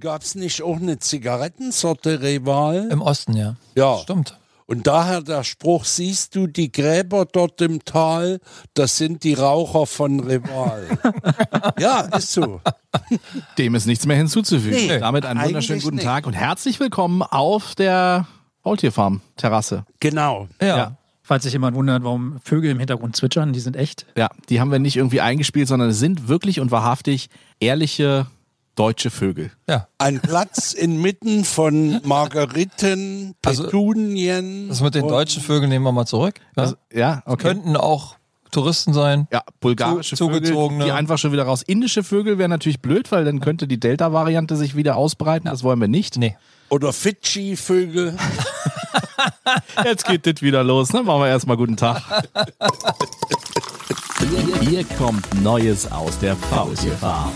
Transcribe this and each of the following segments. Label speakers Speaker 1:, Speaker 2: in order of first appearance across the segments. Speaker 1: Gab es nicht auch eine Zigarettensorte Rival?
Speaker 2: Im Osten, ja.
Speaker 1: Ja.
Speaker 2: Stimmt.
Speaker 1: Und daher der Spruch, siehst du die Gräber dort im Tal, das sind die Raucher von Rival. ja, ist so.
Speaker 3: Dem ist nichts mehr hinzuzufügen.
Speaker 1: Nee,
Speaker 3: Damit einen
Speaker 1: eigentlich
Speaker 3: wunderschönen guten
Speaker 1: nicht.
Speaker 3: Tag und herzlich willkommen auf der Maultierfarm-Terrasse.
Speaker 1: Genau.
Speaker 2: Ja.
Speaker 3: Ja.
Speaker 4: Falls sich jemand wundert, warum Vögel im Hintergrund zwitschern, die sind echt.
Speaker 3: Ja, die haben wir nicht irgendwie eingespielt, sondern es sind wirklich und wahrhaftig ehrliche deutsche Vögel.
Speaker 1: Ein Platz inmitten von Margeriten,
Speaker 2: Also,
Speaker 1: Petunien.
Speaker 2: Das mit den
Speaker 1: und-
Speaker 2: deutschen Vögeln nehmen wir mal zurück. Ja?
Speaker 3: Also, ja, okay.
Speaker 2: Könnten auch Touristen sein.
Speaker 3: ja, bulgarische
Speaker 2: Zu-
Speaker 3: Vögel,
Speaker 2: zugezogene.
Speaker 3: die einfach schon wieder raus. Indische Vögel wäre natürlich blöd, weil dann könnte die Delta-Variante sich wieder ausbreiten. Das wollen wir nicht.
Speaker 2: Nee.
Speaker 1: Oder Fidschi-Vögel.
Speaker 3: Jetzt geht das wieder los. Dann machen wir erstmal guten Tag. Hier, hier kommt Neues aus der Faultierfarm.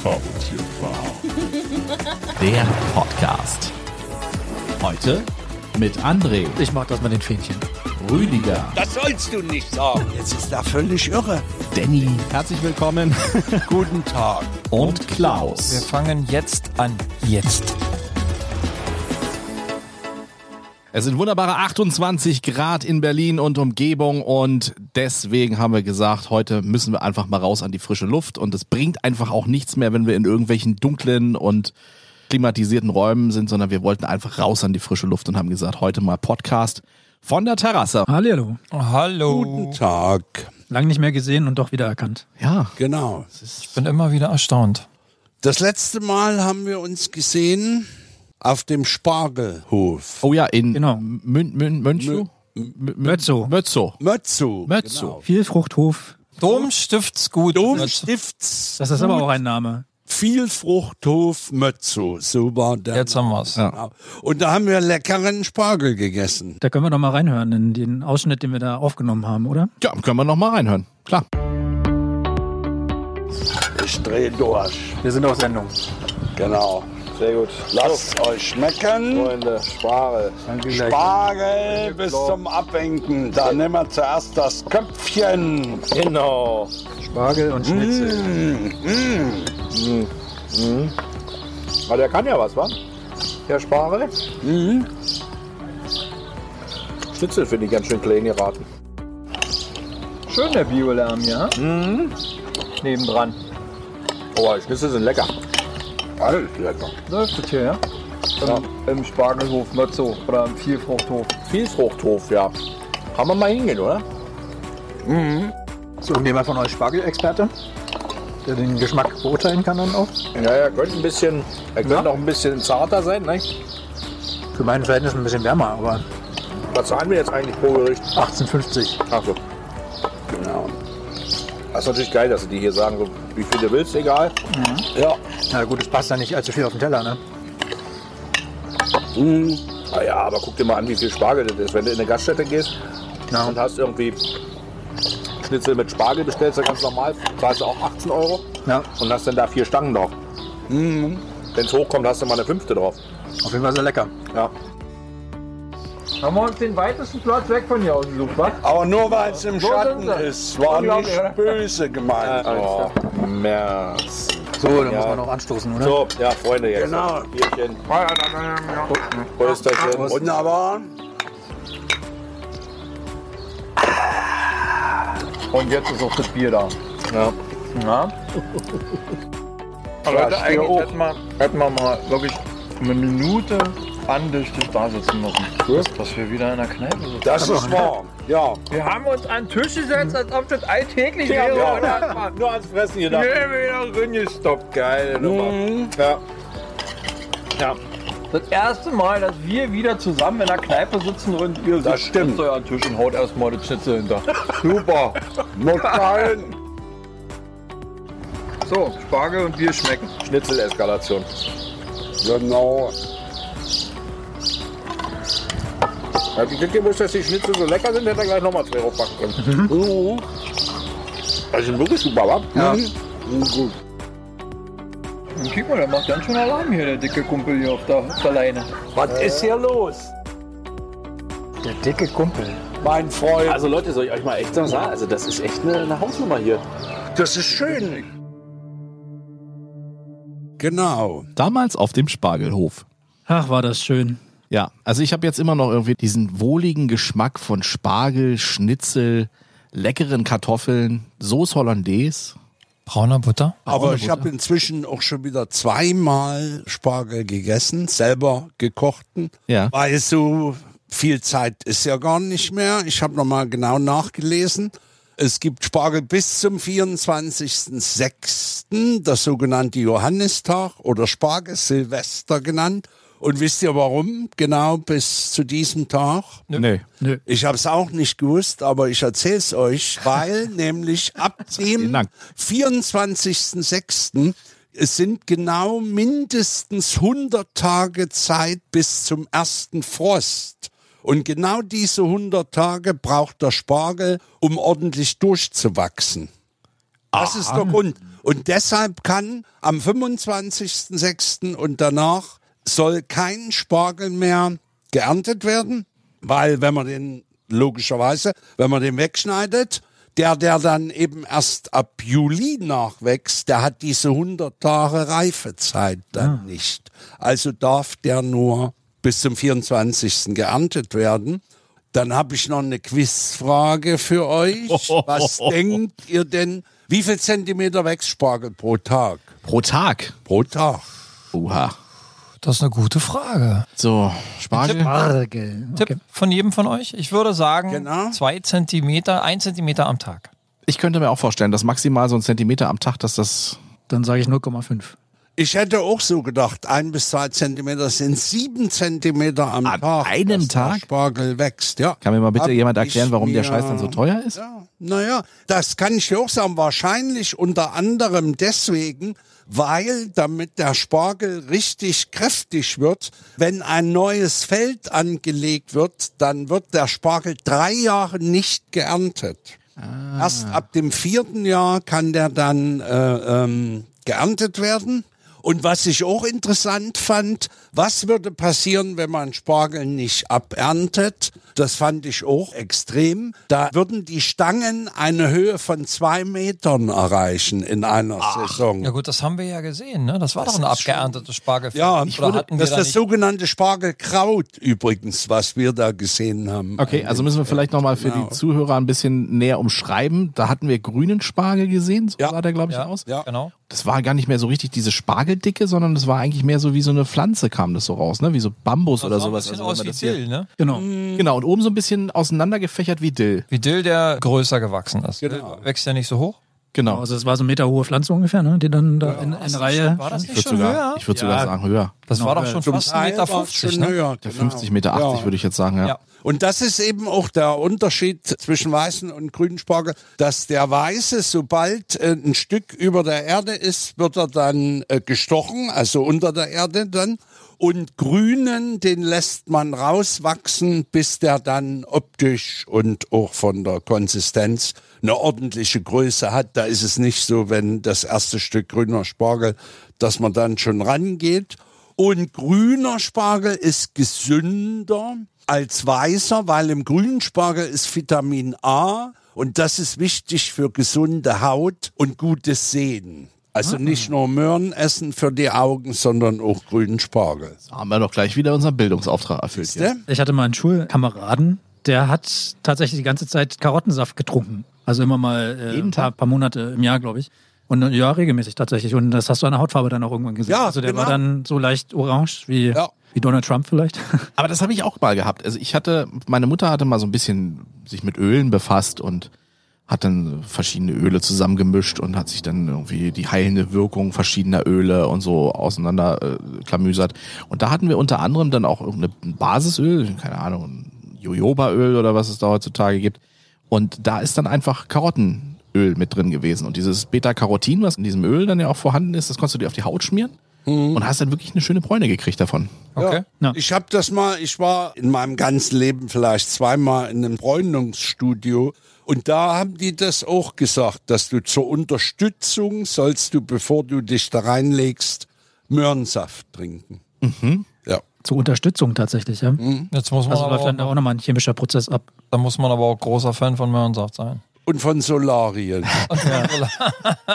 Speaker 3: Der Podcast. Heute mit André,
Speaker 4: Ich mag das mit den Fähnchen.
Speaker 3: Rüdiger,
Speaker 1: Das sollst du nicht sagen. Jetzt ist er völlig irre.
Speaker 3: Danny. Herzlich willkommen.
Speaker 1: Guten Tag.
Speaker 3: Und
Speaker 2: Wir
Speaker 3: Klaus.
Speaker 2: fangen jetzt an. Jetzt.
Speaker 3: Es sind wunderbare 28 Grad in Berlin und Umgebung und deswegen haben wir gesagt, heute müssen wir einfach mal raus an die frische Luft und es bringt einfach auch nichts mehr, wenn wir in irgendwelchen dunklen und klimatisierten Räumen sind, sondern wir wollten einfach raus an die frische Luft und haben gesagt, heute mal Podcast von der Terrasse.
Speaker 4: Hallo.
Speaker 2: Hallo.
Speaker 1: Guten Tag.
Speaker 4: Lang nicht mehr gesehen und doch wieder erkannt.
Speaker 3: Ja,
Speaker 1: Genau.
Speaker 2: Ich bin immer wieder erstaunt.
Speaker 1: Das letzte Mal haben wir uns gesehen auf dem Spargelhof.
Speaker 3: oh ja, in
Speaker 4: Genau.
Speaker 3: Mün, Mün, Mönchow?
Speaker 4: Mötzow.
Speaker 3: Mönchow.
Speaker 1: Mötzu.
Speaker 3: Mötzow.
Speaker 4: Viel Fruchthof.
Speaker 2: Domstiftsgut.
Speaker 1: Domstifts
Speaker 4: Das ist aber auch ein Name.
Speaker 1: Vielfruchthof Mötzu. So war der.
Speaker 2: Jetzt haben wir's.
Speaker 3: Ja.
Speaker 1: Name. Und da haben wir leckeren Spargel gegessen.
Speaker 4: Da können wir doch mal reinhören in den Ausschnitt, den wir da aufgenommen haben, oder?
Speaker 3: Ja, können wir nochmal reinhören. Klar.
Speaker 1: Ich drehe durch.
Speaker 5: Wir sind auf Sendung.
Speaker 1: Genau.
Speaker 5: Sehr gut.
Speaker 1: Lasst euch schmecken.
Speaker 5: Freunde, Spare.
Speaker 1: Spargel bis zum Abwinken. Da nehmen wir zuerst das Köpfchen.
Speaker 5: Genau.
Speaker 4: Spargel und Schnitzel.
Speaker 5: Aber Ah, der kann ja was, wa? Der Spare? Mhm. Schnitzel finde ich ganz schön klein geraten.
Speaker 6: Schön der Bioalarm, ja? Mhm. Nebendran.
Speaker 5: Oh, die Schnitzel sind lecker.
Speaker 1: Alles lecker.
Speaker 6: Läuft das hier, ja? Im,
Speaker 5: Ähm,
Speaker 6: im Spargelhof Mötzow oder im Vielfruchthof.
Speaker 5: Vielfruchthof, ja. Kann man mal hingehen, oder?
Speaker 6: So, jemand von euch Spargelexperte? Der den Geschmack beurteilen kann dann auch?
Speaker 5: Ja, ja, könnte ein bisschen, er könnte noch ein bisschen zarter sein, ne?
Speaker 6: Für mein Verhältnis ein bisschen wärmer, aber
Speaker 5: Was zahlen wir jetzt eigentlich pro Gericht?
Speaker 6: 1850.
Speaker 5: Ach so. Genau. Das ist natürlich geil, dass sie die hier sagen, so, wie viel du willst, egal.
Speaker 1: Ja.
Speaker 6: Mhm. Na gut, es passt ja nicht allzu viel auf den Teller, ne?
Speaker 5: Naja, Hm. aber guck dir mal an, wie viel Spargel das ist. Wenn du in eine Gaststätte gehst
Speaker 6: Na.
Speaker 5: und hast irgendwie Schnitzel mit Spargel bestellst, dann ganz normal, zahlst du auch 18 Euro
Speaker 6: Ja, Mhm.
Speaker 5: und hast dann da vier Stangen drauf. Wenn es hochkommt, hast du mal eine fünfte drauf.
Speaker 6: auf jeden Fall sehr lecker.
Speaker 5: Ja.
Speaker 6: Haben wir uns den weitesten Platz weg von hier ausgesucht, was?
Speaker 1: Aber nur weil es im
Speaker 6: Wo
Speaker 1: Schatten
Speaker 6: sind sie?
Speaker 1: ist, war
Speaker 6: Unglaublich, oder?
Speaker 1: nicht böse gemeint.
Speaker 5: Oh, Merz.
Speaker 6: So, dann
Speaker 5: Ja.
Speaker 6: muss man noch anstoßen, oder?
Speaker 5: So, ja, Freunde, jetzt.
Speaker 1: Genau.
Speaker 5: Bierchen. Prösterchen.
Speaker 1: Äh,
Speaker 5: Und
Speaker 1: Wunderbar.
Speaker 6: Und jetzt ist auch das Bier da.
Speaker 5: Ja.
Speaker 7: ne?
Speaker 6: Na?
Speaker 7: Aber Leute,
Speaker 5: ich
Speaker 7: eigentlich
Speaker 5: auch.
Speaker 7: hätten wir, hätten wir mal wirklich eine Minute andächtig da sitzen müssen. Dass wir wieder in der Kneipe sitzen.
Speaker 1: Das ist wahr. Ja.
Speaker 7: Wir haben uns an den Tisch gesetzt, als ob das alltäglich wäre.
Speaker 5: nur ans Fressen gedacht.
Speaker 7: wieder reingestoppt.
Speaker 5: Geile Nummer. Ja.
Speaker 7: Das erste Mal, dass wir wieder zusammen in der Kneipe sitzen und ihr
Speaker 1: Das
Speaker 7: sitzt
Speaker 1: stimmt.
Speaker 7: auf euren Tisch und haut erstmal das Schnitzel hinter.
Speaker 5: Super.
Speaker 1: Mokain.
Speaker 7: So, Spargel und Bier schmecken.
Speaker 5: Schnitzeleskalation.
Speaker 1: Genau.
Speaker 5: Hätte ich nicht gewusst, dass die Schnitzel so lecker sind, hätte er gleich nochmal zwei draufpacken können.
Speaker 1: Mhm.
Speaker 5: Das sind wirklich super, wa?
Speaker 6: Ja.
Speaker 1: Mhm, Gut.
Speaker 7: Und guck mal, der macht ganz schön Alarm hier, der dicke Kumpel hier auf der, auf der Leine.
Speaker 1: Was ist hier los?
Speaker 6: Der dicke Kumpel.
Speaker 1: Mein Freund,
Speaker 5: Also Leute, soll ich euch mal echt sagen, also das ist echt eine, eine Hausnummer hier.
Speaker 1: das ist schön. Genau.
Speaker 3: Damals auf dem Spargelhof.
Speaker 4: Ach, war das schön.
Speaker 3: Ja, also ich habe jetzt immer noch irgendwie diesen wohligen Geschmack von Spargel, Schnitzel, leckeren Kartoffeln, Soße Hollandaise.
Speaker 2: Brauner Butter?
Speaker 1: Aber ich habe inzwischen auch schon wieder zweimal Spargel gegessen, selber gekochten.
Speaker 3: Ja.
Speaker 1: Weil so viel Zeit ist ja gar nicht mehr. Ich habe nochmal genau nachgelesen. Es gibt Spargel bis zum 24.06., das sogenannte Johannistag oder Spargel Silvester genannt. Und wisst ihr warum? Genau bis zu diesem Tag.
Speaker 3: Nee.
Speaker 1: Ich habe es auch nicht gewusst, aber ich erzähle es euch, weil nämlich ab dem
Speaker 3: Dank.
Speaker 1: 24.06. Es sind genau mindestens 100 Tage Zeit bis zum ersten Frost. Und genau diese 100 Tage braucht der Spargel, um ordentlich durchzuwachsen. Das ist der Grund. Und deshalb kann am 25.06. und danach soll kein Spargel mehr geerntet werden, weil wenn man den logischerweise, wenn man den wegschneidet, der, der dann eben erst ab Juli nachwächst, der hat diese 100 Tage Reifezeit dann nicht. Also darf der nur bis zum 24. geerntet werden. Dann habe ich noch eine Quizfrage für euch. Was denkt ihr denn, wie viel Zentimeter wächst Spargel pro Tag?
Speaker 3: Pro Tag.
Speaker 1: Pro Tag.
Speaker 3: Uha.
Speaker 2: Das ist eine gute Frage.
Speaker 3: So, Spargel.
Speaker 4: Spargel. Okay.
Speaker 2: Tipp von jedem von euch? Ich würde sagen,
Speaker 1: Genau.
Speaker 2: zwei Zentimeter, ein Zentimeter am Tag.
Speaker 3: Ich könnte mir auch vorstellen, dass maximal so ein Zentimeter am Tag, dass das.
Speaker 4: Dann sage ich 0,5.
Speaker 1: Ich hätte auch so gedacht, ein bis zwei Zentimeter sind sieben Zentimeter am
Speaker 3: An
Speaker 1: Tag.
Speaker 3: einem
Speaker 1: dass
Speaker 3: Tag?
Speaker 1: Der Spargel wächst, ja.
Speaker 3: Kann mir mal bitte
Speaker 1: Hab
Speaker 3: jemand erklären,
Speaker 1: ich
Speaker 3: warum der
Speaker 1: mir-
Speaker 3: Scheiß dann so teuer ist?
Speaker 1: Ja, naja, das kann ich dir auch sagen. Wahrscheinlich unter anderem deswegen, weil damit der Spargel richtig kräftig wird, wenn ein neues Feld angelegt wird, dann wird der Spargel drei Jahre nicht geerntet. Erst ab dem vierten Jahr kann der dann äh, ähm, geerntet werden. Und was ich auch interessant fand, was würde passieren, wenn man Spargel nicht aberntet? Das fand ich auch extrem. Da würden die Stangen eine Höhe von zwei Metern erreichen in einer Saison.
Speaker 2: Ja gut, das haben wir ja gesehen, ne? Das war doch ein abgeerntetes Spargelfeld.
Speaker 1: Ja,
Speaker 2: Oder hatten wir
Speaker 1: das ist
Speaker 2: da
Speaker 1: das
Speaker 2: nicht?
Speaker 1: sogenannte Spargelkraut übrigens, was wir da gesehen haben.
Speaker 3: Okay, also müssen wir vielleicht nochmal für die Zuhörer ein bisschen näher umschreiben. Da hatten wir grünen Spargel gesehen, so
Speaker 1: Ja.
Speaker 3: sah der, glaube ich,
Speaker 2: ja,
Speaker 3: aus.
Speaker 2: ja, genau.
Speaker 3: Das war gar nicht mehr so richtig diese Spargeldicke, sondern das war eigentlich mehr so wie so eine Pflanze kam das so raus, ne? Wie so Bambus oder
Speaker 2: sah ein
Speaker 3: sowas.
Speaker 2: bisschen
Speaker 3: Also wenn
Speaker 2: aus
Speaker 3: man
Speaker 2: wie
Speaker 3: das hier-
Speaker 2: Dill, ne?
Speaker 4: Genau.
Speaker 3: Genau, und oben so ein bisschen auseinandergefächert wie Dill.
Speaker 2: Wie Dill, der größer gewachsen ist.
Speaker 1: Genau.
Speaker 2: Dill Wächst ja nicht so hoch.
Speaker 3: Genau.
Speaker 4: Also es war so ein Meter hohe Pflanze ungefähr, ne? die dann da in, in Reihe...
Speaker 2: War das nicht
Speaker 3: Ich würde
Speaker 2: schon
Speaker 3: sogar,
Speaker 2: höher?
Speaker 3: ich würd sogar sagen, höher.
Speaker 2: Das war doch
Speaker 4: Genau,
Speaker 2: schon
Speaker 1: Zum
Speaker 2: fast 1,50
Speaker 1: Teil
Speaker 2: Meter,
Speaker 1: war es
Speaker 2: 50,
Speaker 1: schon
Speaker 2: ne?
Speaker 1: höher,
Speaker 3: Der
Speaker 1: genau.
Speaker 3: 50 Meter 80
Speaker 1: Ja.
Speaker 3: würde ich jetzt sagen, ja.
Speaker 2: Ja.
Speaker 1: Und das ist eben auch der Unterschied zwischen weißen und grünen Spargel, dass der weiße, sobald äh, ein Stück über der Erde ist, wird er dann äh, gestochen, also unter der Erde dann. Und grünen, den lässt man rauswachsen, bis der dann optisch und auch von der Konsistenz eine ordentliche Größe hat. Da ist es nicht so, wenn das erste Stück grüner Spargel, dass man dann schon rangeht. Und grüner Spargel ist gesünder als weißer, weil im grünen Spargel ist Vitamin A und das ist wichtig für gesunde Haut und gutes Sehen. Also nicht nur Möhren essen für die Augen, sondern auch grünen Spargel.
Speaker 3: Haben wir doch gleich wieder unseren Bildungsauftrag erfüllt. hier.
Speaker 1: Siehste?
Speaker 4: Ich hatte mal einen Schulkameraden, der hat tatsächlich die ganze Zeit Karottensaft getrunken. Also immer mal äh, ein paar, paar Monate im Jahr, glaube ich. Und äh, ja, regelmäßig tatsächlich. Und das hast du an der Hautfarbe dann auch irgendwann gesehen.
Speaker 1: Ja,
Speaker 4: also der
Speaker 1: genau.
Speaker 4: war dann so leicht orange wie,
Speaker 1: Ja.
Speaker 4: wie Donald Trump vielleicht.
Speaker 3: Aber das habe ich auch mal gehabt. Also ich hatte, meine Mutter hatte mal so ein bisschen sich mit Ölen befasst und hat dann verschiedene Öle zusammengemischt und hat sich dann irgendwie die heilende Wirkung verschiedener Öle und so auseinander äh, klamüsert. Und da hatten wir unter anderem dann auch irgendein Basisöl, keine Ahnung, ein Jojobaöl oder was es da heutzutage gibt. Und da ist dann einfach Karottenöl mit drin gewesen. Und dieses Beta-Carotin, was in diesem Öl dann ja auch vorhanden ist, das konntest du dir auf die Haut schmieren und hast dann wirklich eine schöne Bräune gekriegt davon.
Speaker 2: Okay.
Speaker 4: Ja.
Speaker 1: Ich habe das mal, ich war in meinem ganzen Leben vielleicht zweimal in einem Bräunungsstudio und da haben die das auch gesagt, dass du zur Unterstützung sollst du, bevor du dich da reinlegst, Möhrensaft trinken. Ja.
Speaker 4: Zur Unterstützung tatsächlich, ja.
Speaker 1: Mhm.
Speaker 2: Jetzt muss man
Speaker 4: Also
Speaker 2: aber
Speaker 4: läuft dann
Speaker 1: Oh.
Speaker 2: auch,
Speaker 4: auch nochmal ein chemischer Prozess ab.
Speaker 2: da muss man aber auch großer Fan von Möhrensaft sein.
Speaker 1: und von Solarien.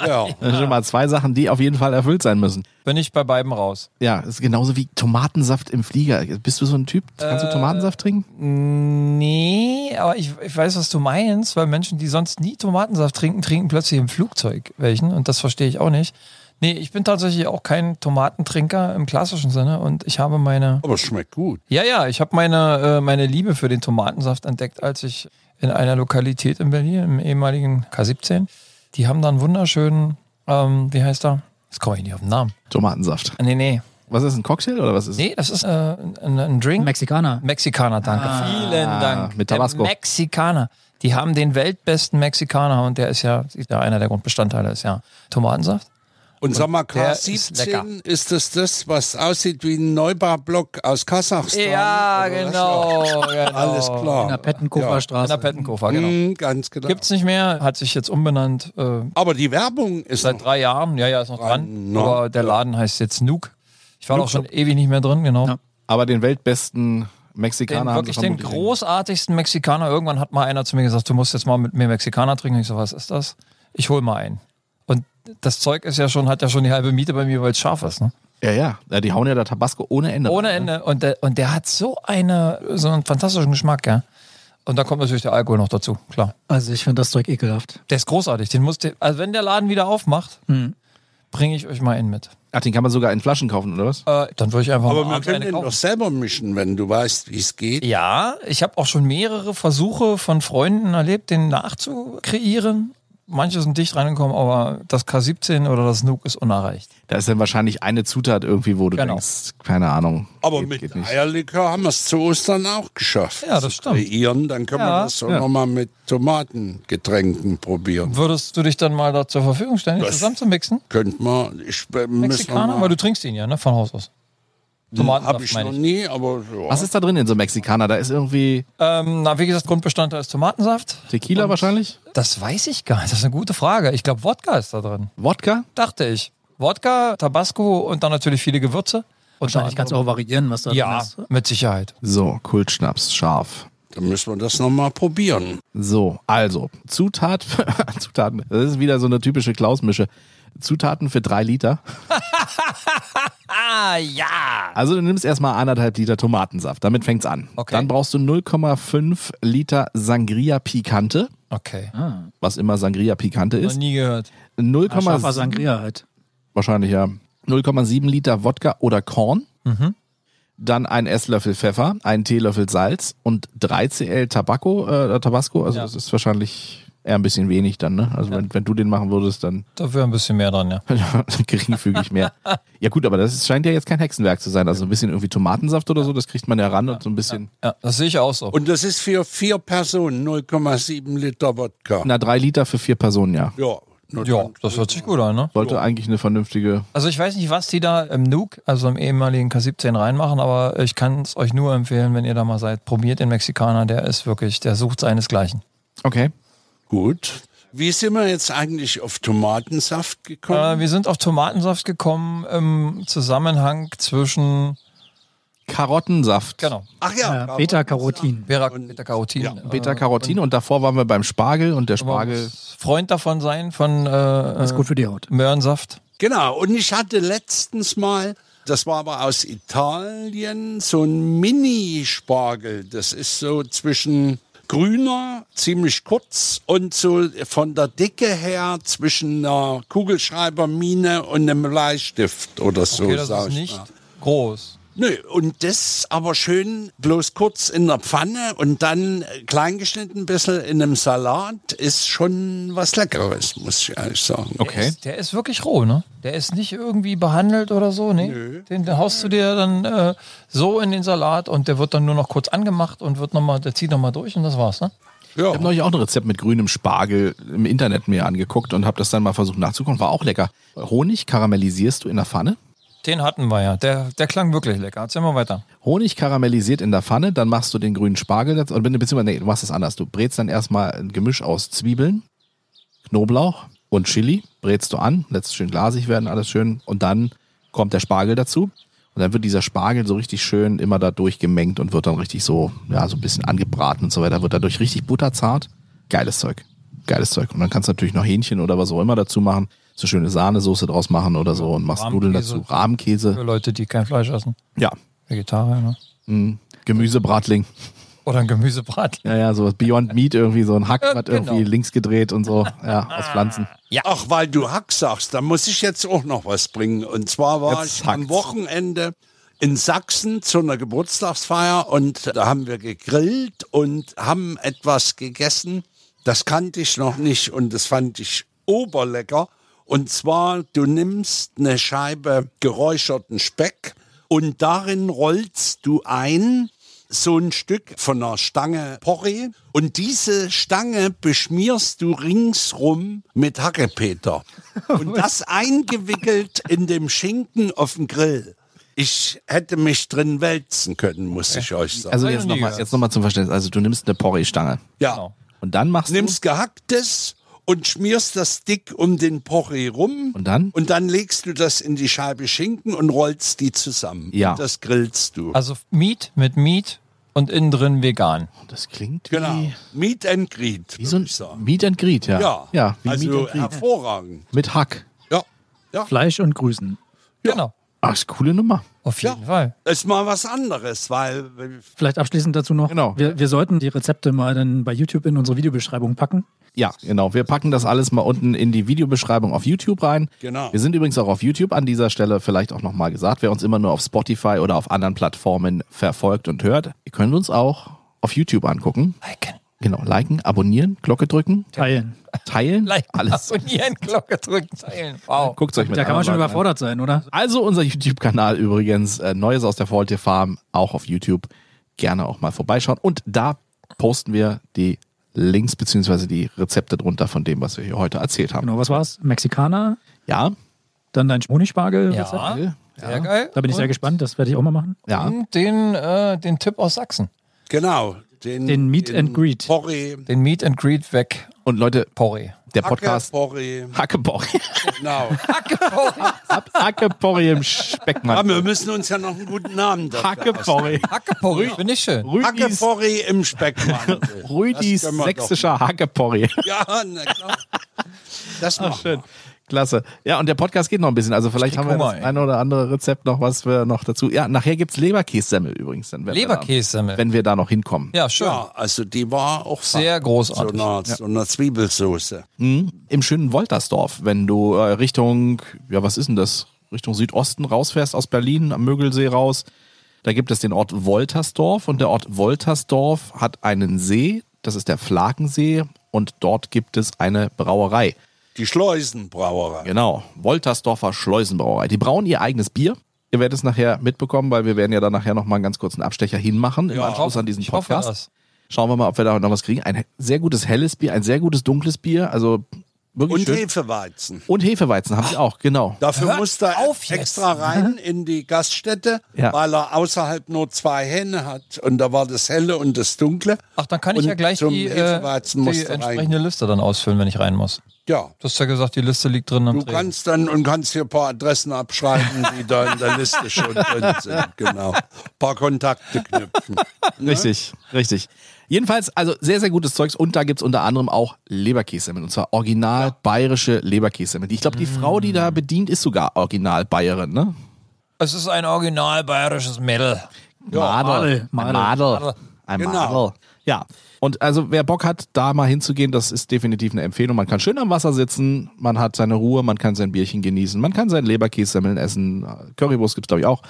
Speaker 1: ja.
Speaker 3: Das sind schon mal zwei Sachen, die auf jeden Fall erfüllt sein müssen.
Speaker 2: Bin ich bei beiden raus.
Speaker 3: Ja, das ist genauso wie Tomatensaft im Flieger. Bist du so ein Typ? Kannst
Speaker 2: Äh,
Speaker 3: du Tomatensaft trinken?
Speaker 2: Nee, aber ich, ich weiß, was du meinst, weil Menschen, die sonst nie Tomatensaft trinken, trinken plötzlich im Flugzeug welchen und das verstehe ich auch nicht. Nee, ich bin tatsächlich auch kein Tomatentrinker im klassischen Sinne und ich habe meine
Speaker 1: Aber es schmeckt gut.
Speaker 2: Ja, ja, ich habe meine, äh, meine Liebe für den Tomatensaft entdeckt, als ich in einer Lokalität in Berlin, im ehemaligen K17, die haben da einen wunderschönen, ähm, wie heißt er? Jetzt komme ich nicht auf den Namen.
Speaker 3: Tomatensaft.
Speaker 2: Nee, nee.
Speaker 3: Was ist ein Cocktail oder was ist?
Speaker 2: Nee, das ist äh, ein, ein Drink.
Speaker 4: Mexikaner.
Speaker 2: Mexikaner, danke. Vielen Dank.
Speaker 3: mit Tabasco.
Speaker 2: Der Mexikaner. Die haben den weltbesten Mexikaner und der ist ja, ist ja einer der Grundbestandteile ist ja Tomatensaft.
Speaker 1: Und sag mal,
Speaker 2: der ist lecker.
Speaker 1: K17 ist, das das, was aussieht wie ein Neubaublock aus Kasachstan?
Speaker 2: Ja,
Speaker 1: Oder was?
Speaker 2: genau, genau.
Speaker 1: Alles klar.
Speaker 4: In der Pettenkofer
Speaker 2: In der
Speaker 4: Straße.
Speaker 2: Pettenkofer,
Speaker 1: Ja.
Speaker 2: genau.
Speaker 1: Mhm, ganz genau.
Speaker 2: Gibt's nicht mehr, hat sich jetzt umbenannt. Äh,
Speaker 1: Aber die Werbung ist
Speaker 2: seit
Speaker 1: noch
Speaker 2: drei Jahren, ja, ja, ist noch dran.
Speaker 1: Dran,
Speaker 2: Aber der Laden heißt jetzt Nuke. Ich war doch schon ewig nicht mehr drin, genau.
Speaker 3: Aber den weltbesten
Speaker 2: Den,
Speaker 3: Mexikaner haben sie
Speaker 2: wirklich den
Speaker 3: vermutlich
Speaker 2: großartigsten Mexikaner. Irgendwann hat mal einer zu mir gesagt, du musst jetzt mal mit mir Mexikaner trinken. Ich so, was ist das? Ich hol mal einen. Und das Zeug ist ja schon, hat ja schon die halbe Miete bei mir, weil es scharf ist. Ne?
Speaker 3: nicht. Ja, ja. ja. Die hauen ja da Tabasco ohne Ende.
Speaker 2: Ohne Ende. Und der, und der hat so eine, so einen fantastischen Geschmack, ja. Und da kommt natürlich der Alkohol noch dazu, klar.
Speaker 4: Also ich finde das Zeug ekelhaft.
Speaker 2: Der ist großartig. Den musst du, also wenn der Laden wieder aufmacht, bringe ich euch mal einen mit.
Speaker 3: Ach, den kann man sogar in Flaschen kaufen, oder was?
Speaker 2: Äh, dann würde ich einfach
Speaker 1: Aber
Speaker 2: mal
Speaker 1: man
Speaker 2: abends
Speaker 1: kann
Speaker 2: eine
Speaker 1: den
Speaker 2: kaufen.
Speaker 1: doch selber mischen, wenn du weißt, wie es geht.
Speaker 2: Ja, ich habe auch schon mehrere Versuche von Freunden erlebt, den nachzukreieren. Manche sind dicht reingekommen, aber das K17 oder das Nuke ist unerreicht.
Speaker 3: Da ist dann wahrscheinlich eine Zutat irgendwie, wo du
Speaker 2: Genau.
Speaker 3: denkst, keine Ahnung.
Speaker 1: Aber
Speaker 3: geht-
Speaker 1: mit
Speaker 3: geht nicht.
Speaker 1: Eierlikör haben wir es zu Ostern auch geschafft.
Speaker 2: Ja, das
Speaker 1: zu
Speaker 2: stimmt.
Speaker 1: Kreieren, dann können
Speaker 2: Ja.
Speaker 1: wir das auch nochmal mit Tomatengetränken probieren.
Speaker 2: Würdest du dich dann mal da zur Verfügung stellen, den
Speaker 1: Was?
Speaker 2: zusammen zu mixen?
Speaker 1: Könnte man, ich äh, müssen wir
Speaker 2: Mexikaner? Weil
Speaker 1: mal,
Speaker 2: du trinkst ihn ja, ne? Von Haus aus. Tomatensaft,
Speaker 1: habe ich
Speaker 2: meine
Speaker 1: noch
Speaker 2: ich.
Speaker 1: nie, aber ja.
Speaker 3: Was ist da drin in so einem Mexikaner? Da ist irgendwie
Speaker 2: Ähm, na, wie gesagt, Grundbestandteil ist Tomatensaft.
Speaker 3: Tequila wahrscheinlich?
Speaker 2: Das weiß ich gar nicht. Das ist eine gute Frage. Ich glaube, Wodka ist da drin.
Speaker 3: Wodka?
Speaker 2: Dachte ich. Wodka, Tabasco und dann natürlich viele Gewürze. Und
Speaker 4: Wahrscheinlich ne? kannst du auch variieren, was da drin
Speaker 2: Ja,
Speaker 4: ist.
Speaker 2: mit Sicherheit.
Speaker 3: So, Kultschnaps, scharf.
Speaker 1: dann müssen wir das nochmal probieren.
Speaker 3: So, also, Zutat, Zutaten, das ist wieder so eine typische Klaus-Mische. Zutaten für drei Liter.
Speaker 2: Ah, ja.
Speaker 3: Also du nimmst erstmal anderthalb Liter Tomatensaft, damit fängt's an.
Speaker 2: Okay.
Speaker 3: Dann brauchst du 0,5 Liter Sangria Picante,
Speaker 2: Okay.
Speaker 3: was immer Sangria Picante
Speaker 2: Noch
Speaker 3: ist.
Speaker 2: nie gehört.
Speaker 4: Ja, scharfer
Speaker 3: 0,7
Speaker 4: Sangria halt.
Speaker 3: wahrscheinlich ja 0,7 Liter Wodka oder Korn.
Speaker 2: Mhm.
Speaker 3: Dann ein Esslöffel Pfeffer, einen Teelöffel Salz und 3 cl Tabacco, äh, Tabasco. Also
Speaker 2: Ja.
Speaker 3: das ist wahrscheinlich eher ein bisschen wenig dann. Ne? Also wenn, wenn du den machen würdest, dann
Speaker 2: Da wäre ein bisschen mehr dran, ja.
Speaker 3: geringfügig mehr. ja gut, aber das ist, scheint ja jetzt kein Hexenwerk zu sein. Also ein bisschen irgendwie Tomatensaft oder so, das kriegt man ja ran und so ein bisschen...
Speaker 2: ja das sehe ich auch so.
Speaker 1: Und das ist für vier Personen 0,7 Liter Wodka.
Speaker 3: Na, drei Liter für vier Personen, ja.
Speaker 1: Ja, nur
Speaker 2: ja,
Speaker 1: dann-
Speaker 2: das hört sich gut an, ne?
Speaker 3: Sollte eigentlich eine vernünftige.
Speaker 2: Also ich weiß nicht, was die da im Nuke, also im ehemaligen K17 reinmachen, aber ich kann es euch nur empfehlen, wenn ihr da mal seid. Probiert den Mexikaner, der ist wirklich, der sucht seinesgleichen.
Speaker 3: Okay.
Speaker 1: gut. Wie sind wir jetzt eigentlich auf Tomatensaft
Speaker 2: Äh,
Speaker 1: gekommen?
Speaker 2: wir sind auf Tomatensaft gekommen im Zusammenhang zwischen,
Speaker 3: Karottensaft.
Speaker 2: genau,
Speaker 1: Ach ja,
Speaker 4: Äh, Beta-Carotin.
Speaker 2: Vera mit der äh, Carotin. Ja,
Speaker 3: Beta-Carotine und davor waren wir beim Spargel und der Spargel.
Speaker 2: Freund davon sein, von äh,
Speaker 4: Ist gut für die Haut.
Speaker 2: Möhrensaft.
Speaker 1: Genau, und ich hatte letztens mal, das war aber aus Italien, so ein Mini-Spargel. Das ist so zwischen grüner, ziemlich kurz und so von der Dicke her zwischen einer Kugelschreibermine und einem Bleistift oder so.
Speaker 2: Okay, das
Speaker 1: sag
Speaker 2: ist
Speaker 1: ich
Speaker 2: nicht
Speaker 1: mal.
Speaker 2: groß.
Speaker 1: Nö, und das aber schön bloß kurz in der Pfanne und dann äh, kleingeschnitten ein bisschen in einem Salat ist schon was Leckeres, muss ich ehrlich sagen.
Speaker 3: Okay.
Speaker 2: Der ist wirklich roh, ne? Der ist nicht irgendwie behandelt oder so, ne? Den, den haust du dir dann äh, so in den Salat und der wird dann nur noch kurz angemacht und wird noch mal, der zieht nochmal durch und das war's, ne?
Speaker 1: Ja.
Speaker 3: Ich habe neulich auch ein Rezept mit grünem Spargel im Internet mir angeguckt und habe das dann mal versucht nachzukochen. War auch lecker. Honig karamellisierst du in der Pfanne.
Speaker 2: Den hatten wir ja. Der, der klang wirklich lecker. Erzähl mal weiter.
Speaker 3: Honig karamellisiert in der Pfanne, dann machst du den grünen Spargel dazu. Oder beziehungsweise, nee, du machst es anders. Du brätst dann erstmal ein Gemisch aus Zwiebeln, Knoblauch und Chili. Brätst du an, lässt es schön glasig werden, alles schön. Und dann kommt der Spargel dazu. Und dann wird dieser Spargel so richtig schön immer da durchgemengt und wird dann richtig so, ja, so ein bisschen angebraten und so weiter. Wird dadurch richtig butterzart. Geiles Zeug. Geiles Zeug. Und dann kannst du natürlich noch Hähnchen oder was auch immer dazu machen. So schöne Sahnesoße draus machen oder so und machst Nudeln dazu.
Speaker 2: Rahmkäse.
Speaker 3: Rahmkäse.
Speaker 2: Für Leute, die kein Fleisch essen.
Speaker 3: Ja.
Speaker 2: Vegetarier, ne?
Speaker 3: Mhm. Gemüsebratling.
Speaker 2: Oder ein Gemüsebratling.
Speaker 3: Ja, ja, sowas Beyond Meat irgendwie, so ein Hack,
Speaker 2: Ja,
Speaker 3: was
Speaker 2: genau.
Speaker 3: irgendwie links gedreht und so. Ja, aus Pflanzen.
Speaker 1: Ach, weil du Hack sagst, da muss ich jetzt auch noch was bringen. Und zwar war
Speaker 3: Jetzt
Speaker 1: ich am
Speaker 3: hackt's.
Speaker 1: Wochenende in Sachsen zu einer Geburtstagsfeier und da haben wir gegrillt und haben etwas gegessen. Das kannte ich noch nicht und das fand ich oberlecker. Und zwar, du nimmst eine Scheibe geräucherten Speck und darin rollst du ein so ein Stück von einer Stange Porree und diese Stange beschmierst du ringsrum mit Hackepeter und das eingewickelt in dem Schinken auf dem Grill. Ich hätte mich drin wälzen können, muss ich euch sagen.
Speaker 3: Also
Speaker 2: Hab ich
Speaker 3: jetzt
Speaker 2: noch nie
Speaker 3: nochmal
Speaker 2: gehört.
Speaker 3: jetzt noch mal zum Verständnis. Also du nimmst eine Porree-Stange
Speaker 1: ja,
Speaker 3: und dann machst
Speaker 1: nimmst gehacktes und schmierst das dick um den Porree rum
Speaker 3: du... Und dann?
Speaker 1: und dann legst du das in die Scheibe Schinken und rollst die zusammen.
Speaker 3: Ja.
Speaker 1: Das grillst du.
Speaker 2: Also Meat mit Meat und innen drin vegan.
Speaker 3: Das klingt
Speaker 1: genau.
Speaker 3: wie,
Speaker 1: Meat and Greed,
Speaker 3: wie so
Speaker 1: würde
Speaker 3: ein
Speaker 1: ich sagen.
Speaker 3: Meat and Greed, ja.
Speaker 1: Ja,
Speaker 3: ja wie Meat
Speaker 1: also
Speaker 3: and Greed.
Speaker 1: hervorragend.
Speaker 3: Mit Hack.
Speaker 1: Ja. ja.
Speaker 4: Fleisch und Grüßen.
Speaker 2: Genau.
Speaker 3: Ach, Ah, ist eine coole Nummer.
Speaker 2: Auf jeden
Speaker 1: Ja.
Speaker 2: Fall.
Speaker 1: Ist mal was anderes, weil
Speaker 4: Vielleicht abschließend dazu noch.
Speaker 3: Genau.
Speaker 4: Wir, wir sollten die Rezepte mal dann bei YouTube in unsere Videobeschreibung packen.
Speaker 3: Ja, genau. Wir packen das alles mal unten in die Videobeschreibung auf YouTube rein.
Speaker 1: Genau.
Speaker 3: Wir sind übrigens auch auf YouTube an dieser Stelle vielleicht auch nochmal gesagt. Wer uns immer nur auf Spotify oder auf anderen Plattformen verfolgt und hört, ihr könnt uns auch auf YouTube angucken.
Speaker 2: Liken.
Speaker 3: Genau, liken, abonnieren, Glocke drücken,
Speaker 4: Teilen.
Speaker 3: teilen,
Speaker 2: Liken.
Speaker 3: alles.
Speaker 2: Abonnieren, Glocke drücken, teilen. Wow.
Speaker 3: Guckt euch mit
Speaker 4: Da kann man schon
Speaker 3: anderen Leuten an.
Speaker 4: überfordert sein, oder?
Speaker 3: Also unser YouTube-Kanal übrigens, äh, Neues aus der Faultier Farm, auch auf YouTube. Gerne auch mal vorbeischauen. Und da posten wir die Links beziehungsweise die Rezepte drunter von dem, was wir hier heute erzählt haben.
Speaker 4: Genau, was war's? Mexikaner,
Speaker 3: Ja,
Speaker 4: dann dein Honigspargel.
Speaker 2: Ja,
Speaker 3: ja,
Speaker 2: sehr geil.
Speaker 4: Da bin ich sehr
Speaker 2: Und
Speaker 4: gespannt, das werde ich auch mal machen.
Speaker 3: ja.
Speaker 2: Den, äh, den Tipp aus Sachsen.
Speaker 1: genau den,
Speaker 4: Den Meat and Greed.
Speaker 1: Porree,
Speaker 2: Den Meat and Greed weg.
Speaker 3: Und Leute,
Speaker 2: Porree.
Speaker 3: der
Speaker 1: Hacke,
Speaker 3: Podcast
Speaker 1: Porree,
Speaker 3: Hackeporri.
Speaker 1: genau.
Speaker 3: Hab Hackeporri im
Speaker 1: Aber
Speaker 3: Speckmantel.
Speaker 1: wir müssen uns ja noch einen guten Namen dafür
Speaker 3: Hackeporri.
Speaker 2: Hacke Porree, finde ich schön.
Speaker 1: ausdenken. Hacke
Speaker 3: Rüdis,
Speaker 1: Porree im Speckmantel.
Speaker 3: Rüdis
Speaker 1: Das können wir
Speaker 3: sächsischer Hackeporri.
Speaker 1: doch. Ja, na klar. Das machen wir.
Speaker 3: Klasse. Ja, und der Podcast geht noch ein bisschen. Also vielleicht
Speaker 2: krieg
Speaker 3: haben wir
Speaker 2: Hunger,
Speaker 3: das
Speaker 2: ey.
Speaker 3: eine oder andere Rezept noch, was wir noch dazu. Ja, nachher gibt's Leberkässemmel übrigens. Dann, wenn wir da-
Speaker 2: Leberkässemmel.
Speaker 3: Wenn wir da noch hinkommen.
Speaker 2: Ja, schön.
Speaker 1: Ja, also die war auch
Speaker 2: Sehr
Speaker 1: so
Speaker 2: großartig.
Speaker 1: einer, so einer Zwiebelsauce.
Speaker 3: Im schönen Woltersdorf, wenn du äh, Richtung, ja, was ist denn das? Richtung Südosten rausfährst aus Berlin, am Mögelsee raus. Da gibt es den Ort Woltersdorf und der Ort Woltersdorf hat einen See, das ist der Flakensee und dort gibt es eine Brauerei.
Speaker 1: Die Schleusenbrauerei.
Speaker 3: Genau, Woltersdorfer Schleusenbrauerei. Die brauen ihr eigenes Bier. Ihr werdet es nachher mitbekommen, weil wir werden ja dann nachher nochmal einen ganz kurzen Abstecher hinmachen im Anschluss an diesen
Speaker 2: ich hoffe
Speaker 3: Podcast.
Speaker 2: das.
Speaker 3: Schauen wir mal, ob wir da noch was kriegen. Ein sehr gutes helles Bier, ein sehr gutes dunkles Bier, also wirklich
Speaker 1: Und
Speaker 3: schön.
Speaker 1: Hefeweizen.
Speaker 3: Und Hefeweizen haben sie auch, genau.
Speaker 1: Dafür
Speaker 2: Hört
Speaker 1: muss er
Speaker 2: auf jetzt. Mhm.
Speaker 1: extra rein in die Gaststätte,
Speaker 3: Ja.
Speaker 1: weil er außerhalb nur zwei Hähne hat. Und da war das Helle und das Dunkle.
Speaker 2: Ach, dann kann ich
Speaker 1: Und
Speaker 2: ja gleich
Speaker 1: zum
Speaker 2: die, äh,
Speaker 1: Hefeweizen musst
Speaker 2: die
Speaker 1: du rein.
Speaker 2: entsprechende Liste dann ausfüllen, wenn ich rein muss.
Speaker 1: Ja.
Speaker 2: Du hast ja gesagt, die Liste liegt drin am
Speaker 1: Du
Speaker 2: Träger.
Speaker 1: kannst dann und kannst hier ein paar Adressen abschreiben, die da in der Liste schon drin sind. Genau. Ein paar Kontakte knüpfen.
Speaker 2: ne?
Speaker 3: Richtig, richtig. Jedenfalls, also sehr, sehr gutes Zeugs. Und da gibt's unter anderem auch Leberkässemmeln. Und zwar original bayerische Leberkässemmeln. Die- Ich
Speaker 2: Mm.
Speaker 3: glaube, die Frau, die da bedient, ist sogar original Bayerin, ne?
Speaker 2: Es ist ein original bayerisches Mädel.
Speaker 3: Madel.
Speaker 4: Madel.
Speaker 3: Madel. Madel. Ein
Speaker 1: Genau.
Speaker 3: Madel. Ja. Und also wer Bock hat, da mal hinzugehen, das ist definitiv eine Empfehlung. Man kann schön am Wasser sitzen, man hat seine Ruhe, man kann sein Bierchen genießen, man kann sein Leberkässemmeln essen. Currywurst gibt's glaube ich, auch.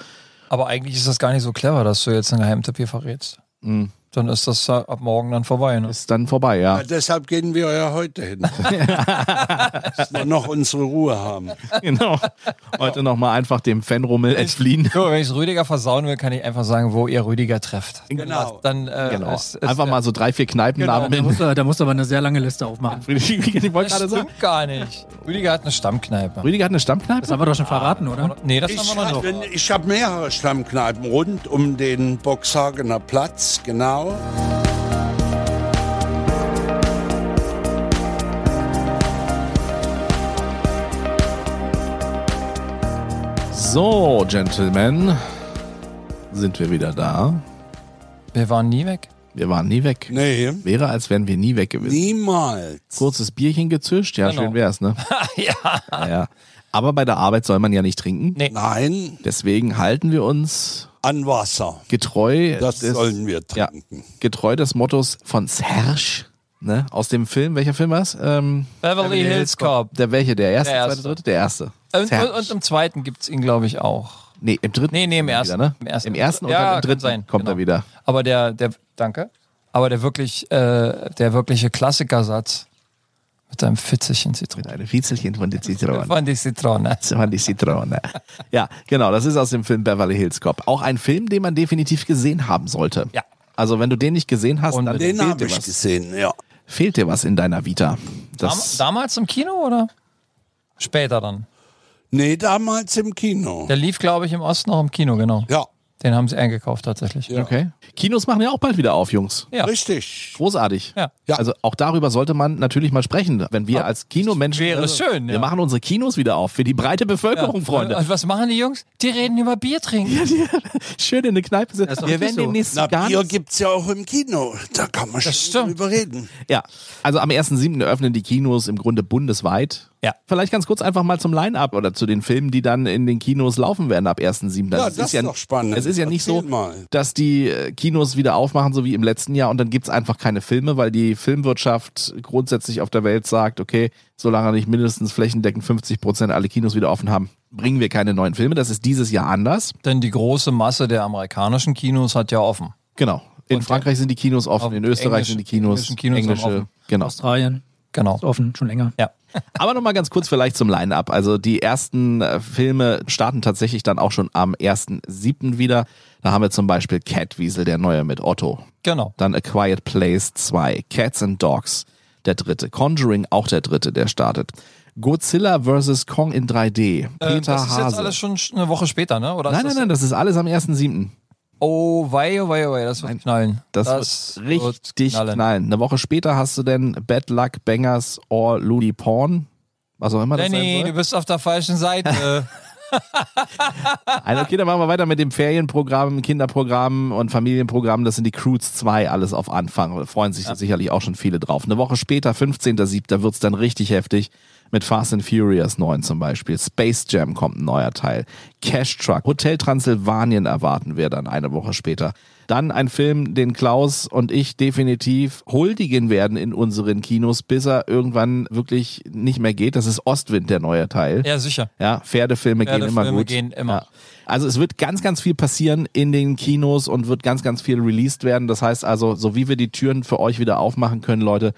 Speaker 2: Aber eigentlich ist das gar nicht so clever, dass du jetzt einen Geheimtipp hier verrätst.
Speaker 1: Hm.
Speaker 2: Dann ist das ja ab morgen dann vorbei. Ne?
Speaker 3: Ist dann vorbei, ja.
Speaker 1: Ja, deshalb gehen wir ja heute hin. Dass wir noch unsere Ruhe haben.
Speaker 3: genau. Heute nochmal einfach dem Fanrummel entfliehen.
Speaker 2: So, wenn ich Rüdiger versauen will, kann ich einfach sagen, wo ihr Rüdiger trefft.
Speaker 1: Genau.
Speaker 2: Dann äh,
Speaker 3: Genau.
Speaker 2: ist, ist
Speaker 3: Einfach mal so drei, vier Kneipennamen
Speaker 4: Da
Speaker 3: genau.
Speaker 4: musst, du, da musst du aber eine sehr lange Liste aufmachen.
Speaker 3: Ich wollte
Speaker 2: Das
Speaker 3: gerade sagen.
Speaker 2: stimmt gar nicht. Rüdiger hat eine Stammkneipe.
Speaker 3: Rüdiger hat eine
Speaker 4: Das
Speaker 3: Stammkneipe?
Speaker 4: haben wir doch schon verraten, oder?
Speaker 2: Nee, das
Speaker 1: Ich
Speaker 2: haben wir noch
Speaker 1: habe
Speaker 2: nicht.
Speaker 1: hab mehrere Stammkneipen rund um den Boxhagener Platz, genau.
Speaker 3: So, Gentlemen, sind wir wieder da.
Speaker 2: Wir waren nie weg.
Speaker 3: Wir waren nie weg.
Speaker 1: Nee,
Speaker 3: Wäre, als wären wir nie weg gewesen.
Speaker 1: niemals.
Speaker 3: Kurzes Bierchen gezischt, ja,
Speaker 2: Genau.
Speaker 3: schön wär's, ne?
Speaker 2: ja.
Speaker 3: Ja, ja. Aber bei der Arbeit soll man ja nicht trinken.
Speaker 2: Nee.
Speaker 1: Nein,
Speaker 3: Deswegen halten wir uns
Speaker 1: an Wasser.
Speaker 3: getreu
Speaker 1: Das
Speaker 3: des,
Speaker 1: sollen wir
Speaker 3: ja,
Speaker 1: trinken.
Speaker 3: getreu des Mottos von Serge, ne? Aus dem Film, welcher Film war's? Ähm,
Speaker 2: Beverly Hills Cop.
Speaker 3: Der welche? Der erste,
Speaker 2: Der
Speaker 3: zweite,
Speaker 2: erste.
Speaker 3: dritte? Der erste.
Speaker 2: Und,
Speaker 3: Serge.
Speaker 2: und, und im zweiten gibt es ihn, glaube ich, auch.
Speaker 3: nee, im dritten.
Speaker 2: Nee, nee, im
Speaker 3: wieder,
Speaker 2: ersten.
Speaker 3: ne?
Speaker 2: Im ersten,
Speaker 3: Im ersten und
Speaker 2: Ja,
Speaker 3: dann im
Speaker 2: kann
Speaker 3: dritten
Speaker 2: sein,
Speaker 3: kommt
Speaker 2: genau.
Speaker 3: er wieder.
Speaker 2: Aber der, der, danke. Aber der wirklich, äh, der wirkliche Klassikersatz mit einem Fitzelchen
Speaker 3: Mit
Speaker 2: Zitrone.
Speaker 3: einem Fiezelchen von der Zitrone.
Speaker 2: Von die Zitrone.
Speaker 3: Das war die Zitrone. Ja, genau, das ist aus dem Film Beverly Hills Cop. Auch ein Film, den man definitiv gesehen haben sollte.
Speaker 2: Ja.
Speaker 3: Also wenn du den nicht gesehen hast, dann
Speaker 2: Unbedingt.
Speaker 1: Den
Speaker 3: fehlt
Speaker 1: habe
Speaker 3: dir,
Speaker 1: ich
Speaker 3: was,
Speaker 1: gesehen, ja.
Speaker 3: fehlt dir was in deiner Vita.
Speaker 2: Dam
Speaker 3: Das,
Speaker 2: damals im Kino oder? Später dann.
Speaker 1: Nee, damals im Kino.
Speaker 2: Der lief, glaube ich, im Osten noch im Kino, genau.
Speaker 1: Ja,
Speaker 2: Den haben sie eingekauft tatsächlich.
Speaker 1: Ja.
Speaker 3: okay. Kinos machen ja auch bald wieder auf, Jungs.
Speaker 2: Ja.
Speaker 1: richtig.
Speaker 3: Großartig.
Speaker 2: Ja.
Speaker 1: Ja.
Speaker 3: Also auch darüber sollte man natürlich mal sprechen, wenn wir als Kinomenschen.
Speaker 2: wäre
Speaker 3: also,
Speaker 2: schön,
Speaker 3: Wir
Speaker 2: ja.
Speaker 3: machen unsere Kinos wieder auf für die breite Bevölkerung,
Speaker 2: Und,
Speaker 3: Freunde.
Speaker 2: und Äh, was machen die Jungs? Die reden über Bier trinken.
Speaker 3: Schön in eine Kneipe sitzen.
Speaker 4: doch
Speaker 3: Wir
Speaker 4: nicht
Speaker 3: werden
Speaker 4: so.
Speaker 3: demnächst
Speaker 1: Na,
Speaker 3: gar
Speaker 1: Bier
Speaker 3: nicht
Speaker 1: gibt es ja auch im Kino. Da kann man schon
Speaker 2: stimmt.
Speaker 1: drüber reden.
Speaker 3: Ja, also am 1.7. öffnen die Kinos im Grunde bundesweit.
Speaker 2: Ja.
Speaker 3: Vielleicht ganz kurz einfach mal zum Line-Up oder zu den Filmen, die dann in den Kinos laufen werden ab 1.7.
Speaker 1: Ja,
Speaker 3: es
Speaker 1: das ist doch spannend.
Speaker 3: Es ist ja nicht
Speaker 1: Erzähl
Speaker 3: so,
Speaker 1: mal.
Speaker 3: dass die äh, Kinos wieder aufmachen, so wie im letzten Jahr, und dann gibt's einfach keine Filme, weil die Filmwirtschaft grundsätzlich auf der Welt sagt, okay, solange nicht mindestens flächendeckend 50 Prozent alle Kinos wieder offen haben, bringen wir keine neuen Filme. Das ist dieses Jahr anders.
Speaker 2: Denn die große Masse der amerikanischen Kinos hat ja offen.
Speaker 3: Genau. In
Speaker 2: Und, äh,
Speaker 3: Frankreich sind die Kinos offen,
Speaker 2: auf
Speaker 3: in Österreich
Speaker 2: Englisch-
Speaker 3: sind die Kinos,
Speaker 2: englischen Kinos sind offen.
Speaker 3: genau.
Speaker 4: Australien
Speaker 2: Genau.
Speaker 4: ist offen, schon länger.
Speaker 2: Ja.
Speaker 3: Aber nochmal ganz kurz vielleicht zum Line-Up. Also die ersten äh, Filme starten tatsächlich dann auch schon am 1.7. wieder. Da haben wir zum Beispiel Catwiesel, der neue mit Otto.
Speaker 2: Genau.
Speaker 3: Dann A Quiet Place 2, Cats and Dogs, der dritte. Conjuring, auch der dritte, der startet. Godzilla vs. Kong in 3D. Peter
Speaker 2: Äh, das ist
Speaker 3: Hase.
Speaker 2: jetzt alles schon sch- eine Woche später, ne? Oder ist
Speaker 3: nein,
Speaker 2: das
Speaker 3: nein, nein, das ist alles am 1.7.
Speaker 2: Oh, wei, oh, wei, oh, wei, das wird knallen.
Speaker 3: Das, wird richtig knallen. Eine Woche später hast du dann Bad Luck, Bangers or Looney Porn. Was auch immer das sein
Speaker 2: Danny,
Speaker 3: soll.
Speaker 2: du bist auf der falschen Seite.
Speaker 3: Also, okay, dann machen wir weiter mit dem Ferienprogramm, Kinderprogramm und Familienprogramm. Das sind die Crudes 2 alles auf Anfang. Da freuen sich sicherlich auch schon viele drauf. Eine Woche später, 15.07., wird's dann richtig heftig mit Fast and Furious 9 zum Beispiel. Space Jam kommt ein neuer Teil. Cash Truck, Hotel Transylvanien erwarten wir dann eine Woche später. Dann ein Film, den Klaus und ich definitiv huldigen werden in unseren Kinos, bis er irgendwann wirklich nicht mehr geht. Das ist Ostwind, der neue Teil.
Speaker 2: ja, sicher.
Speaker 3: Ja, Pferdefilme, gehen immer
Speaker 2: Pferdefilme
Speaker 3: gut.
Speaker 2: gehen immer.
Speaker 3: Ja. Also es wird ganz, ganz viel passieren in den Kinos und wird ganz, ganz viel released werden. Das heißt also, so wie wir die Türen für euch wieder aufmachen können, Leute,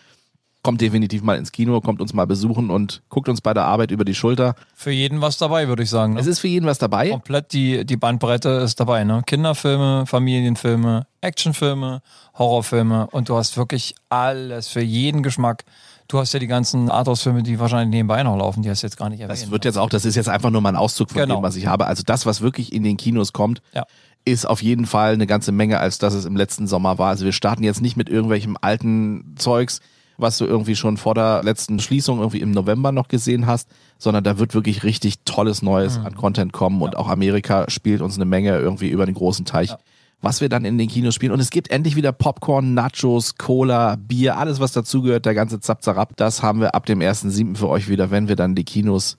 Speaker 3: kommt definitiv mal ins Kino, kommt uns mal besuchen und guckt uns bei der Arbeit über die Schulter.
Speaker 2: Für jeden was dabei, würde ich sagen. Ne?
Speaker 3: Es ist für jeden was dabei.
Speaker 2: Komplett die, die Bandbreite ist dabei, ne? Kinderfilme, Familienfilme, Actionfilme, Horrorfilme und du hast wirklich alles für jeden Geschmack. Du hast ja die ganzen Arthouse-Filme, die wahrscheinlich nebenbei noch laufen, die hast du jetzt gar nicht erwähnt.
Speaker 3: Das wird jetzt auch, das ist jetzt einfach nur mal ein Auszug von
Speaker 2: Genau.
Speaker 3: dem, was ich habe. Also das, was wirklich in den Kinos kommt,
Speaker 2: Ja.
Speaker 3: ist auf jeden Fall eine ganze Menge, als das es im letzten Sommer war. Also wir starten jetzt nicht mit irgendwelchem alten Zeugs, was du irgendwie schon vor der letzten Schließung irgendwie im November noch gesehen hast, sondern da wird wirklich richtig tolles Neues
Speaker 2: Mhm.
Speaker 3: an Content kommen und auch Amerika spielt uns eine Menge irgendwie über den großen Teich. Was wir dann in den Kinos spielen. Und es gibt endlich wieder Popcorn, Nachos, Cola, Bier, alles was dazugehört, der ganze Zapzarab. Das haben wir ab dem 1.7. für euch wieder, wenn wir dann die Kinos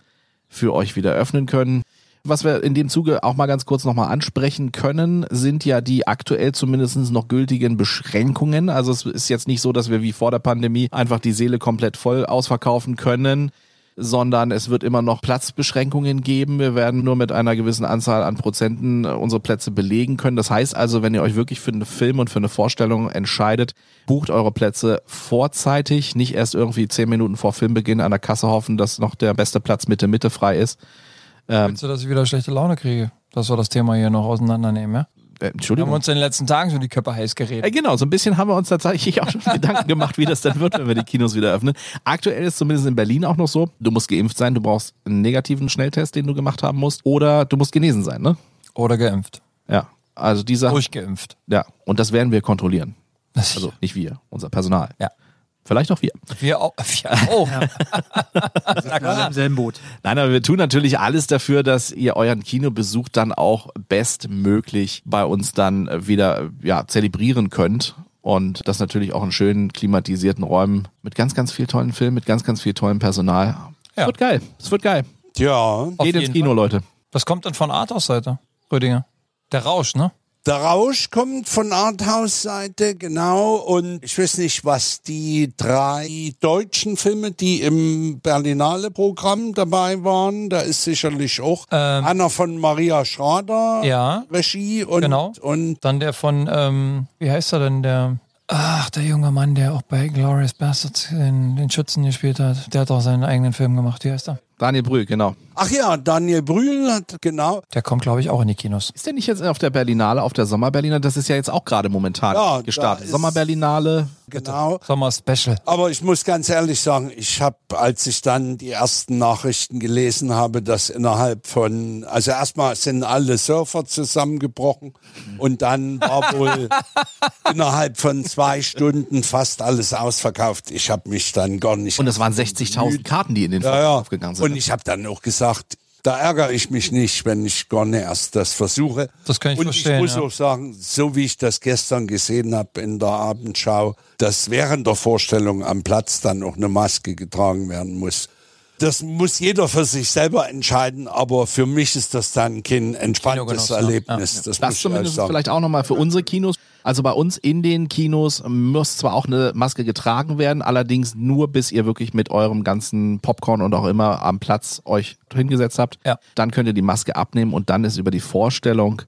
Speaker 3: für euch wieder öffnen können. Was wir in dem Zuge auch mal ganz kurz nochmal ansprechen können, sind ja die aktuell zumindest noch gültigen Beschränkungen. Also es ist jetzt nicht so, dass wir wie vor der Pandemie einfach die Seele komplett voll ausverkaufen können, sondern es wird immer noch Platzbeschränkungen geben. Wir werden nur mit einer gewissen Anzahl an Prozenten äh, unsere Plätze belegen können. Das heißt also, wenn ihr euch wirklich für einen Film und für eine Vorstellung entscheidet, bucht eure Plätze vorzeitig, nicht erst irgendwie zehn Minuten vor Filmbeginn an der Kasse hoffen, dass noch der beste Platz Mitte Mitte frei ist.
Speaker 2: Willst du, dass ich wieder schlechte Laune kriege? Das war das Thema hier noch auseinandernehmen, ja?
Speaker 3: Äh,
Speaker 2: Wir haben
Speaker 3: Entschuldigung.
Speaker 2: uns in den letzten Tagen schon die Köpfe heiß geredet.
Speaker 3: Äh, genau, so ein bisschen haben wir uns tatsächlich auch schon Gedanken gemacht, wie das dann wird, wenn wir die Kinos wieder öffnen. Aktuell ist zumindest in Berlin auch noch so, du musst geimpft sein, du brauchst einen negativen Schnelltest, den du gemacht haben musst, oder du musst genesen sein, ne?
Speaker 2: Oder geimpft.
Speaker 3: Ja. Also dieser,
Speaker 2: Durchgeimpft.
Speaker 3: ja, und das werden wir kontrollieren. Also nicht wir, unser Personal.
Speaker 2: Ja.
Speaker 3: Vielleicht auch wir.
Speaker 2: Wir auch. Wir auch.
Speaker 4: Alle im selben Boot.
Speaker 3: Nein, aber wir tun natürlich alles dafür, dass ihr euren Kinobesuch dann auch bestmöglich bei uns dann wieder ja, zelebrieren könnt. Und das natürlich auch in schönen, klimatisierten Räumen mit ganz, ganz viel tollen Filmen, mit ganz, ganz viel tollem Personal.
Speaker 2: Ja.
Speaker 3: Es wird geil. Es wird geil.
Speaker 1: Ja,
Speaker 2: Auf
Speaker 3: Geht ins
Speaker 2: jeden
Speaker 3: Kino,
Speaker 2: Fall.
Speaker 3: Leute.
Speaker 2: Was kommt denn von Arthurs Seite, Rödinger? Der Rausch, ne?
Speaker 1: der Rausch kommt von Arthouse-Seite, genau. Und ich weiß nicht, was die drei deutschen Filme, die im Berlinale-Programm dabei waren, da ist sicherlich auch
Speaker 2: Ähm.
Speaker 1: einer von Maria Schrader,
Speaker 2: Ja.
Speaker 1: Regie und,
Speaker 2: Genau.
Speaker 1: und
Speaker 2: Dann der von, ähm, wie heißt er denn, der, ach, der junge Mann, der auch bei Glorious Bastards den, den Schützen gespielt hat. Der hat auch seinen eigenen Film gemacht. Wie heißt er?
Speaker 3: Daniel Brühl, genau.
Speaker 1: Ach ja, Daniel Brühl hat, genau.
Speaker 2: Der kommt, glaube ich, auch in die Kinos.
Speaker 3: Ist der nicht jetzt auf der Berlinale, auf der Sommerberliner? Das ist ja jetzt auch gerade momentan
Speaker 1: Ja, da
Speaker 3: gestartet.
Speaker 1: ist-
Speaker 3: Sommerberlinale.
Speaker 1: Genau.
Speaker 2: Sommer Special.
Speaker 1: Aber ich muss ganz ehrlich sagen, ich habe, als ich dann die ersten Nachrichten gelesen habe, dass innerhalb von, also erstmal sind alle Surfer zusammengebrochen und dann war wohl innerhalb von zwei Stunden fast alles ausverkauft. Ich habe mich dann gar nicht
Speaker 3: Und es waren 60.000 Karten, die in den
Speaker 1: ja, ja.
Speaker 3: aufgegangen sind.
Speaker 1: Und ich habe dann auch gesagt, da ärgere ich mich nicht, wenn ich gar nicht erst das versuche.
Speaker 2: Das kann ich
Speaker 1: Und
Speaker 2: verstehen,
Speaker 1: ich muss
Speaker 2: ja.
Speaker 1: auch sagen, so wie ich das gestern gesehen habe in der Abendschau, dass während der Vorstellung am Platz dann auch eine Maske getragen werden muss. Das muss jeder für sich selber entscheiden, aber für mich ist das dann kein entspanntes
Speaker 2: Kinogenossen, ja.
Speaker 1: Erlebnis. Das, muss
Speaker 3: Das
Speaker 1: ich ehrlich
Speaker 3: zumindest
Speaker 1: sagen.
Speaker 3: vielleicht auch nochmal für unsere Kinos. Also bei uns in den Kinos muss zwar auch eine Maske getragen werden, allerdings nur bis ihr wirklich mit eurem ganzen Popcorn und auch immer am Platz euch hingesetzt habt.
Speaker 2: Ja.
Speaker 3: Dann könnt ihr die Maske abnehmen und dann ist über die Vorstellung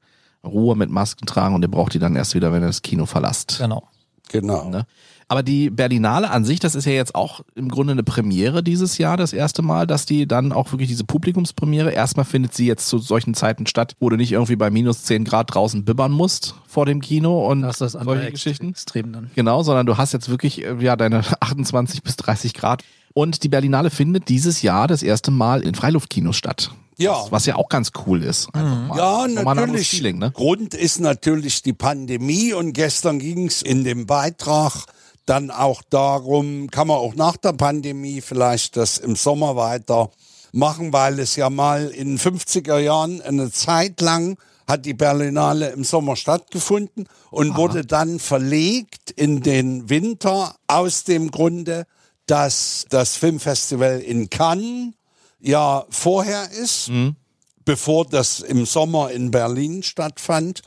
Speaker 3: Ruhe mit Masken tragen und ihr braucht die dann erst wieder, wenn ihr das Kino verlasst.
Speaker 2: Genau.
Speaker 1: Genau.
Speaker 3: Ne? Aber die Berlinale an sich, das ist ja jetzt auch im Grunde eine Premiere dieses Jahr, das erste Mal, dass die dann auch wirklich diese Publikumspremiere, erstmal findet sie jetzt zu solchen Zeiten statt, wo du nicht irgendwie bei minus 10 Grad draußen bibbern musst vor dem Kino und
Speaker 4: Das ist das andere
Speaker 3: solche
Speaker 4: Ex-
Speaker 3: Geschichten.
Speaker 4: Extrem dann.
Speaker 3: Genau, sondern du hast jetzt wirklich äh, ja, deine 28 bis 30 Grad. Und die Berlinale findet dieses Jahr das erste Mal in Freiluftkinos statt.
Speaker 1: Ja. Mhm.
Speaker 3: Was, was ja auch ganz cool ist. einfach mal.
Speaker 1: Ja,
Speaker 3: Nochmal ein anderes
Speaker 1: natürlich.
Speaker 3: Feeling, ne?
Speaker 1: Grund ist natürlich die Pandemie und gestern ging es in dem Beitrag dann auch darum, kann man auch nach der Pandemie vielleicht das im Sommer weiter machen, weil es ja mal in den 50er Jahren eine Zeit lang hat die Berlinale im Sommer stattgefunden und wurde dann verlegt in den Winter aus dem Grunde, dass das Filmfestival in Cannes ja vorher ist bevor das im Sommer in Berlin stattfand.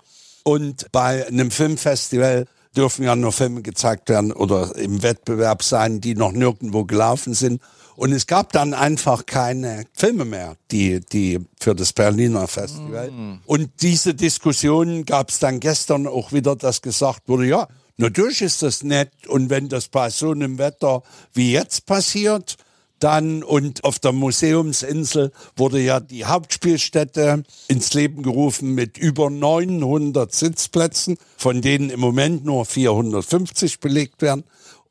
Speaker 1: Und bei einem Filmfestival dürfen ja nur Filme gezeigt werden oder im Wettbewerb sein, die noch nirgendwo gelaufen sind. Und es gab dann einfach keine Filme mehr, die, die für das Berliner Festival. Und diese Diskussion gab es dann gestern auch wieder, dass gesagt wurde, ja, natürlich ist das nett. Und wenn das bei so einem Wetter wie jetzt passiert, dann und auf der Museumsinsel wurde ja die Hauptspielstätte ins Leben gerufen mit über 900 Sitzplätzen, von denen im Moment nur 450 belegt werden.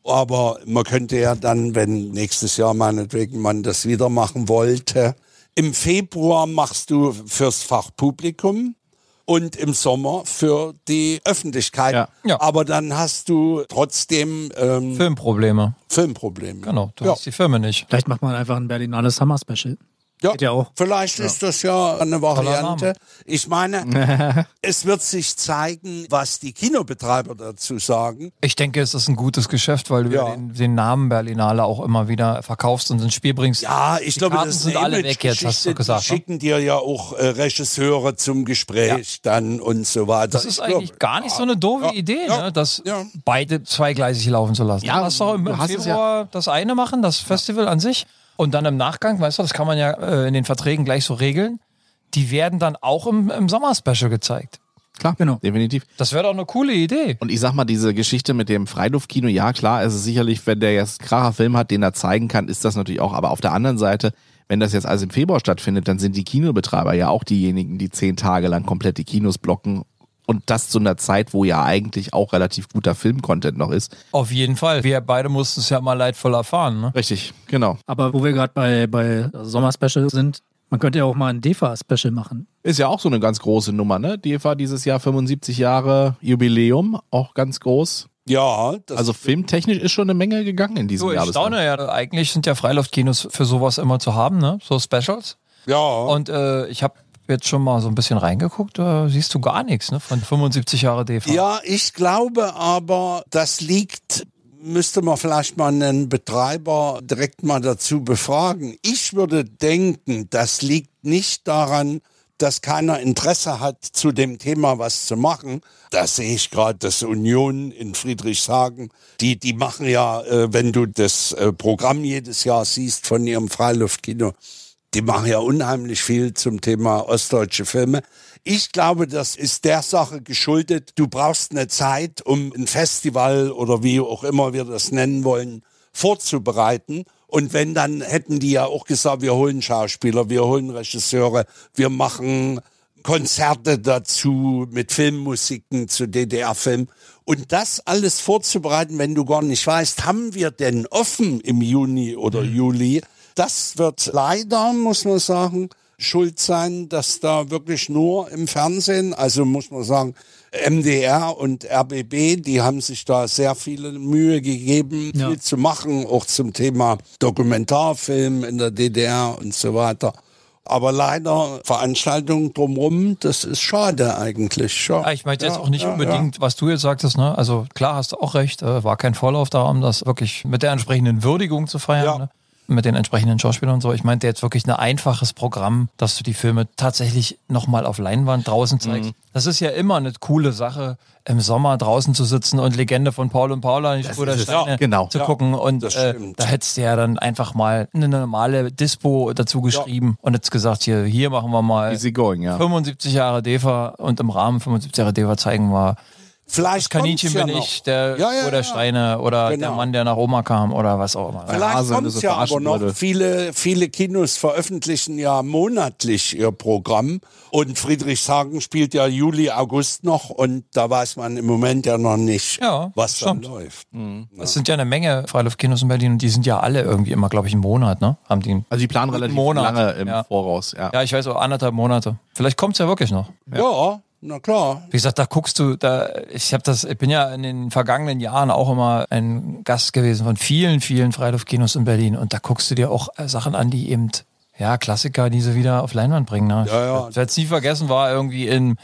Speaker 1: Aber man könnte ja dann, wenn nächstes Jahr meinetwegen man das wieder machen wollte, im Februar machst du fürs Fachpublikum und im Sommer für die Öffentlichkeit.
Speaker 3: Ja.
Speaker 2: Ja.
Speaker 1: Aber dann hast du trotzdem ähm,
Speaker 2: Filmprobleme.
Speaker 1: Filmprobleme.
Speaker 2: Genau. Du
Speaker 1: Ja.
Speaker 2: hast die Filme nicht.
Speaker 4: Vielleicht macht man einfach ein Berlinale Summer Special.
Speaker 1: Ja,
Speaker 4: Geht ja auch.
Speaker 1: vielleicht ist das ja eine Variante.
Speaker 2: Name.
Speaker 1: Ich meine, es wird sich zeigen, was die Kinobetreiber dazu sagen.
Speaker 2: Ich denke, es ist ein gutes Geschäft, weil du
Speaker 1: Ja.
Speaker 2: den, den Namen Berlinale auch immer wieder verkaufst und ins Spiel bringst.
Speaker 1: Ja, ich glaube,
Speaker 2: Karten
Speaker 1: das ist
Speaker 2: sind
Speaker 1: eine
Speaker 2: alle weg jetzt, hast du
Speaker 1: Imagegeschichte.
Speaker 2: gesagt,
Speaker 1: Die
Speaker 2: ne?
Speaker 1: schicken dir ja auch äh, Regisseure zum Gespräch dann und so weiter.
Speaker 2: Das ist eigentlich gar nicht so eine doofe
Speaker 1: Ja.
Speaker 2: Idee,
Speaker 1: Ja.
Speaker 2: ne? das
Speaker 1: Ja.
Speaker 2: beide zweigleisig laufen zu lassen.
Speaker 3: Ja,
Speaker 2: du hast doch im,
Speaker 3: du
Speaker 2: im
Speaker 3: hast es
Speaker 2: Februar das eine machen, das Festival an sich, und dann im Nachgang, weißt du, das kann man ja äh, in den Verträgen gleich so regeln. Die werden dann auch im, im Sommer-Special gezeigt.
Speaker 3: Klar,
Speaker 4: Genau.
Speaker 3: definitiv.
Speaker 2: Das wäre doch eine coole Idee.
Speaker 3: Und ich sag mal, diese Geschichte mit dem Freiluftkino, ja klar, es ist sicherlich, wenn der jetzt einen kracher Film hat, den er zeigen kann, ist das natürlich auch. Aber auf der anderen Seite, wenn das jetzt alles im Februar stattfindet, dann sind die Kinobetreiber ja auch diejenigen, die zehn Tage lang komplett die Kinos blocken. Und das zu einer Zeit, wo ja eigentlich auch relativ guter Filmcontent noch ist.
Speaker 2: Auf jeden Fall. Wir beide mussten es ja mal leidvoll erfahren. Ne?
Speaker 3: Richtig, genau.
Speaker 4: Aber wo wir gerade bei, bei Sommer Special sind, man könnte ja auch mal ein DEFA Special machen.
Speaker 3: Ist ja auch so eine ganz große Nummer, ne? Die war dieses Jahr 75 Jahre Jubiläum, auch ganz groß.
Speaker 1: Ja, das
Speaker 3: Also filmtechnisch ist schon eine Menge gegangen in diesem
Speaker 2: Du, ich
Speaker 3: Jahr. bislang.
Speaker 2: staune ja. Eigentlich sind ja Freiluftkinos für sowas immer zu haben, ne? so Specials.
Speaker 1: ja.
Speaker 2: Und äh, ich habe jetzt schon mal so ein bisschen reingeguckt, da siehst du gar nichts ne? von 75 Jahre DV.
Speaker 1: Ja, ich glaube aber, das liegt, müsste man vielleicht mal einen Betreiber direkt mal dazu befragen. Ich würde denken, das liegt nicht daran, dass keiner Interesse hat, zu dem Thema was zu machen. Das sehe ich gerade, dass Union in Friedrichshagen, die, die machen ja, äh, wenn du das äh, Programm jedes Jahr siehst von ihrem Freiluftkino, die machen ja unheimlich viel zum Thema ostdeutsche Filme. Ich glaube, das ist der Sache geschuldet. Du brauchst eine Zeit, um ein Festival oder wie auch immer wir das nennen wollen, vorzubereiten. Und wenn, dann hätten die ja auch gesagt, wir holen Schauspieler, wir holen Regisseure, wir machen Konzerte dazu mit Filmmusiken zu DDR-Filmen. Und das alles vorzubereiten, wenn du gar nicht weißt, haben wir denn offen im Juni oder Juli? Das wird leider, muss man sagen, schuld sein, dass da wirklich nur im Fernsehen, also muss man sagen, MDR und RBB, die haben sich da sehr viele Mühe gegeben,
Speaker 4: Ja.
Speaker 1: viel zu machen, auch zum Thema Dokumentarfilm in der DDR und so weiter. Aber leider Veranstaltungen drumherum, das ist schade eigentlich. Ja,
Speaker 2: Ah, Ich möchte jetzt
Speaker 1: Ja,
Speaker 2: auch nicht
Speaker 1: ja,
Speaker 2: unbedingt, was du jetzt sagtest, ne? Also klar hast du auch recht, äh, war kein Vorlauf da, um das wirklich mit der entsprechenden Würdigung zu feiern.
Speaker 1: Ja.
Speaker 2: Ne? Mit den entsprechenden Schauspielern und so. Ich meinte jetzt wirklich ein einfaches Programm, dass du die Filme tatsächlich nochmal auf Leinwand draußen zeigst.
Speaker 1: Mhm.
Speaker 2: Das ist ja immer eine coole Sache, im Sommer draußen zu sitzen und Legende von Paul und Paula, die Spur der
Speaker 3: ist es.
Speaker 2: Steine,
Speaker 3: Ja, genau.
Speaker 2: zu gucken. Und
Speaker 1: das
Speaker 2: äh,
Speaker 1: stimmt.
Speaker 2: da hättest du ja dann einfach mal eine normale Dispo dazu geschrieben und jetzt gesagt, hier, hier machen wir mal
Speaker 3: Easy going, ja.
Speaker 2: 75 Jahre DEFA und im Rahmen 75 Jahre DEFA zeigen wir, das
Speaker 1: Vielleicht
Speaker 2: Kaninchen
Speaker 1: kommt's ja
Speaker 2: bin
Speaker 1: noch.
Speaker 2: ich, der
Speaker 1: Ja, ja,
Speaker 2: oder
Speaker 1: ja.
Speaker 2: Steine oder
Speaker 1: Genau.
Speaker 2: der Mann, der nach Oma kam oder was auch immer.
Speaker 1: Vielleicht
Speaker 3: Haseln
Speaker 1: kommt
Speaker 3: ist
Speaker 1: es
Speaker 3: es
Speaker 1: ja aber
Speaker 3: verarschen
Speaker 1: noch.
Speaker 3: würde.
Speaker 1: Viele, viele Kinos veröffentlichen ja monatlich ihr Programm. Und Friedrichshagen spielt ja Juli, August noch. Und da weiß man im Moment ja noch nicht,
Speaker 2: Ja,
Speaker 1: was dann
Speaker 2: stimmt.
Speaker 1: läuft.
Speaker 2: Es sind ja eine Menge Freiluftkinos in Berlin und die sind ja alle irgendwie immer, glaube ich, einen Monat, ne? Haben die einen
Speaker 3: Also die planen
Speaker 2: guten
Speaker 3: relativ
Speaker 2: Monat.
Speaker 3: lange im
Speaker 2: ja.
Speaker 3: Voraus, ja.
Speaker 2: ja, ich weiß auch, anderthalb Monate. Vielleicht kommt es ja wirklich noch.
Speaker 1: Ja. na klar.
Speaker 2: Wie gesagt, da guckst du, da ich habe das, ich bin ja in den vergangenen Jahren auch immer ein Gast gewesen von vielen, vielen Freiluftkinos in Berlin und da guckst du dir auch äh, Sachen an, die eben, ja, Klassiker, die sie wieder auf Leinwand bringen. Ne?
Speaker 1: Ja, ja.
Speaker 2: Ich werde es nie vergessen, war irgendwie in,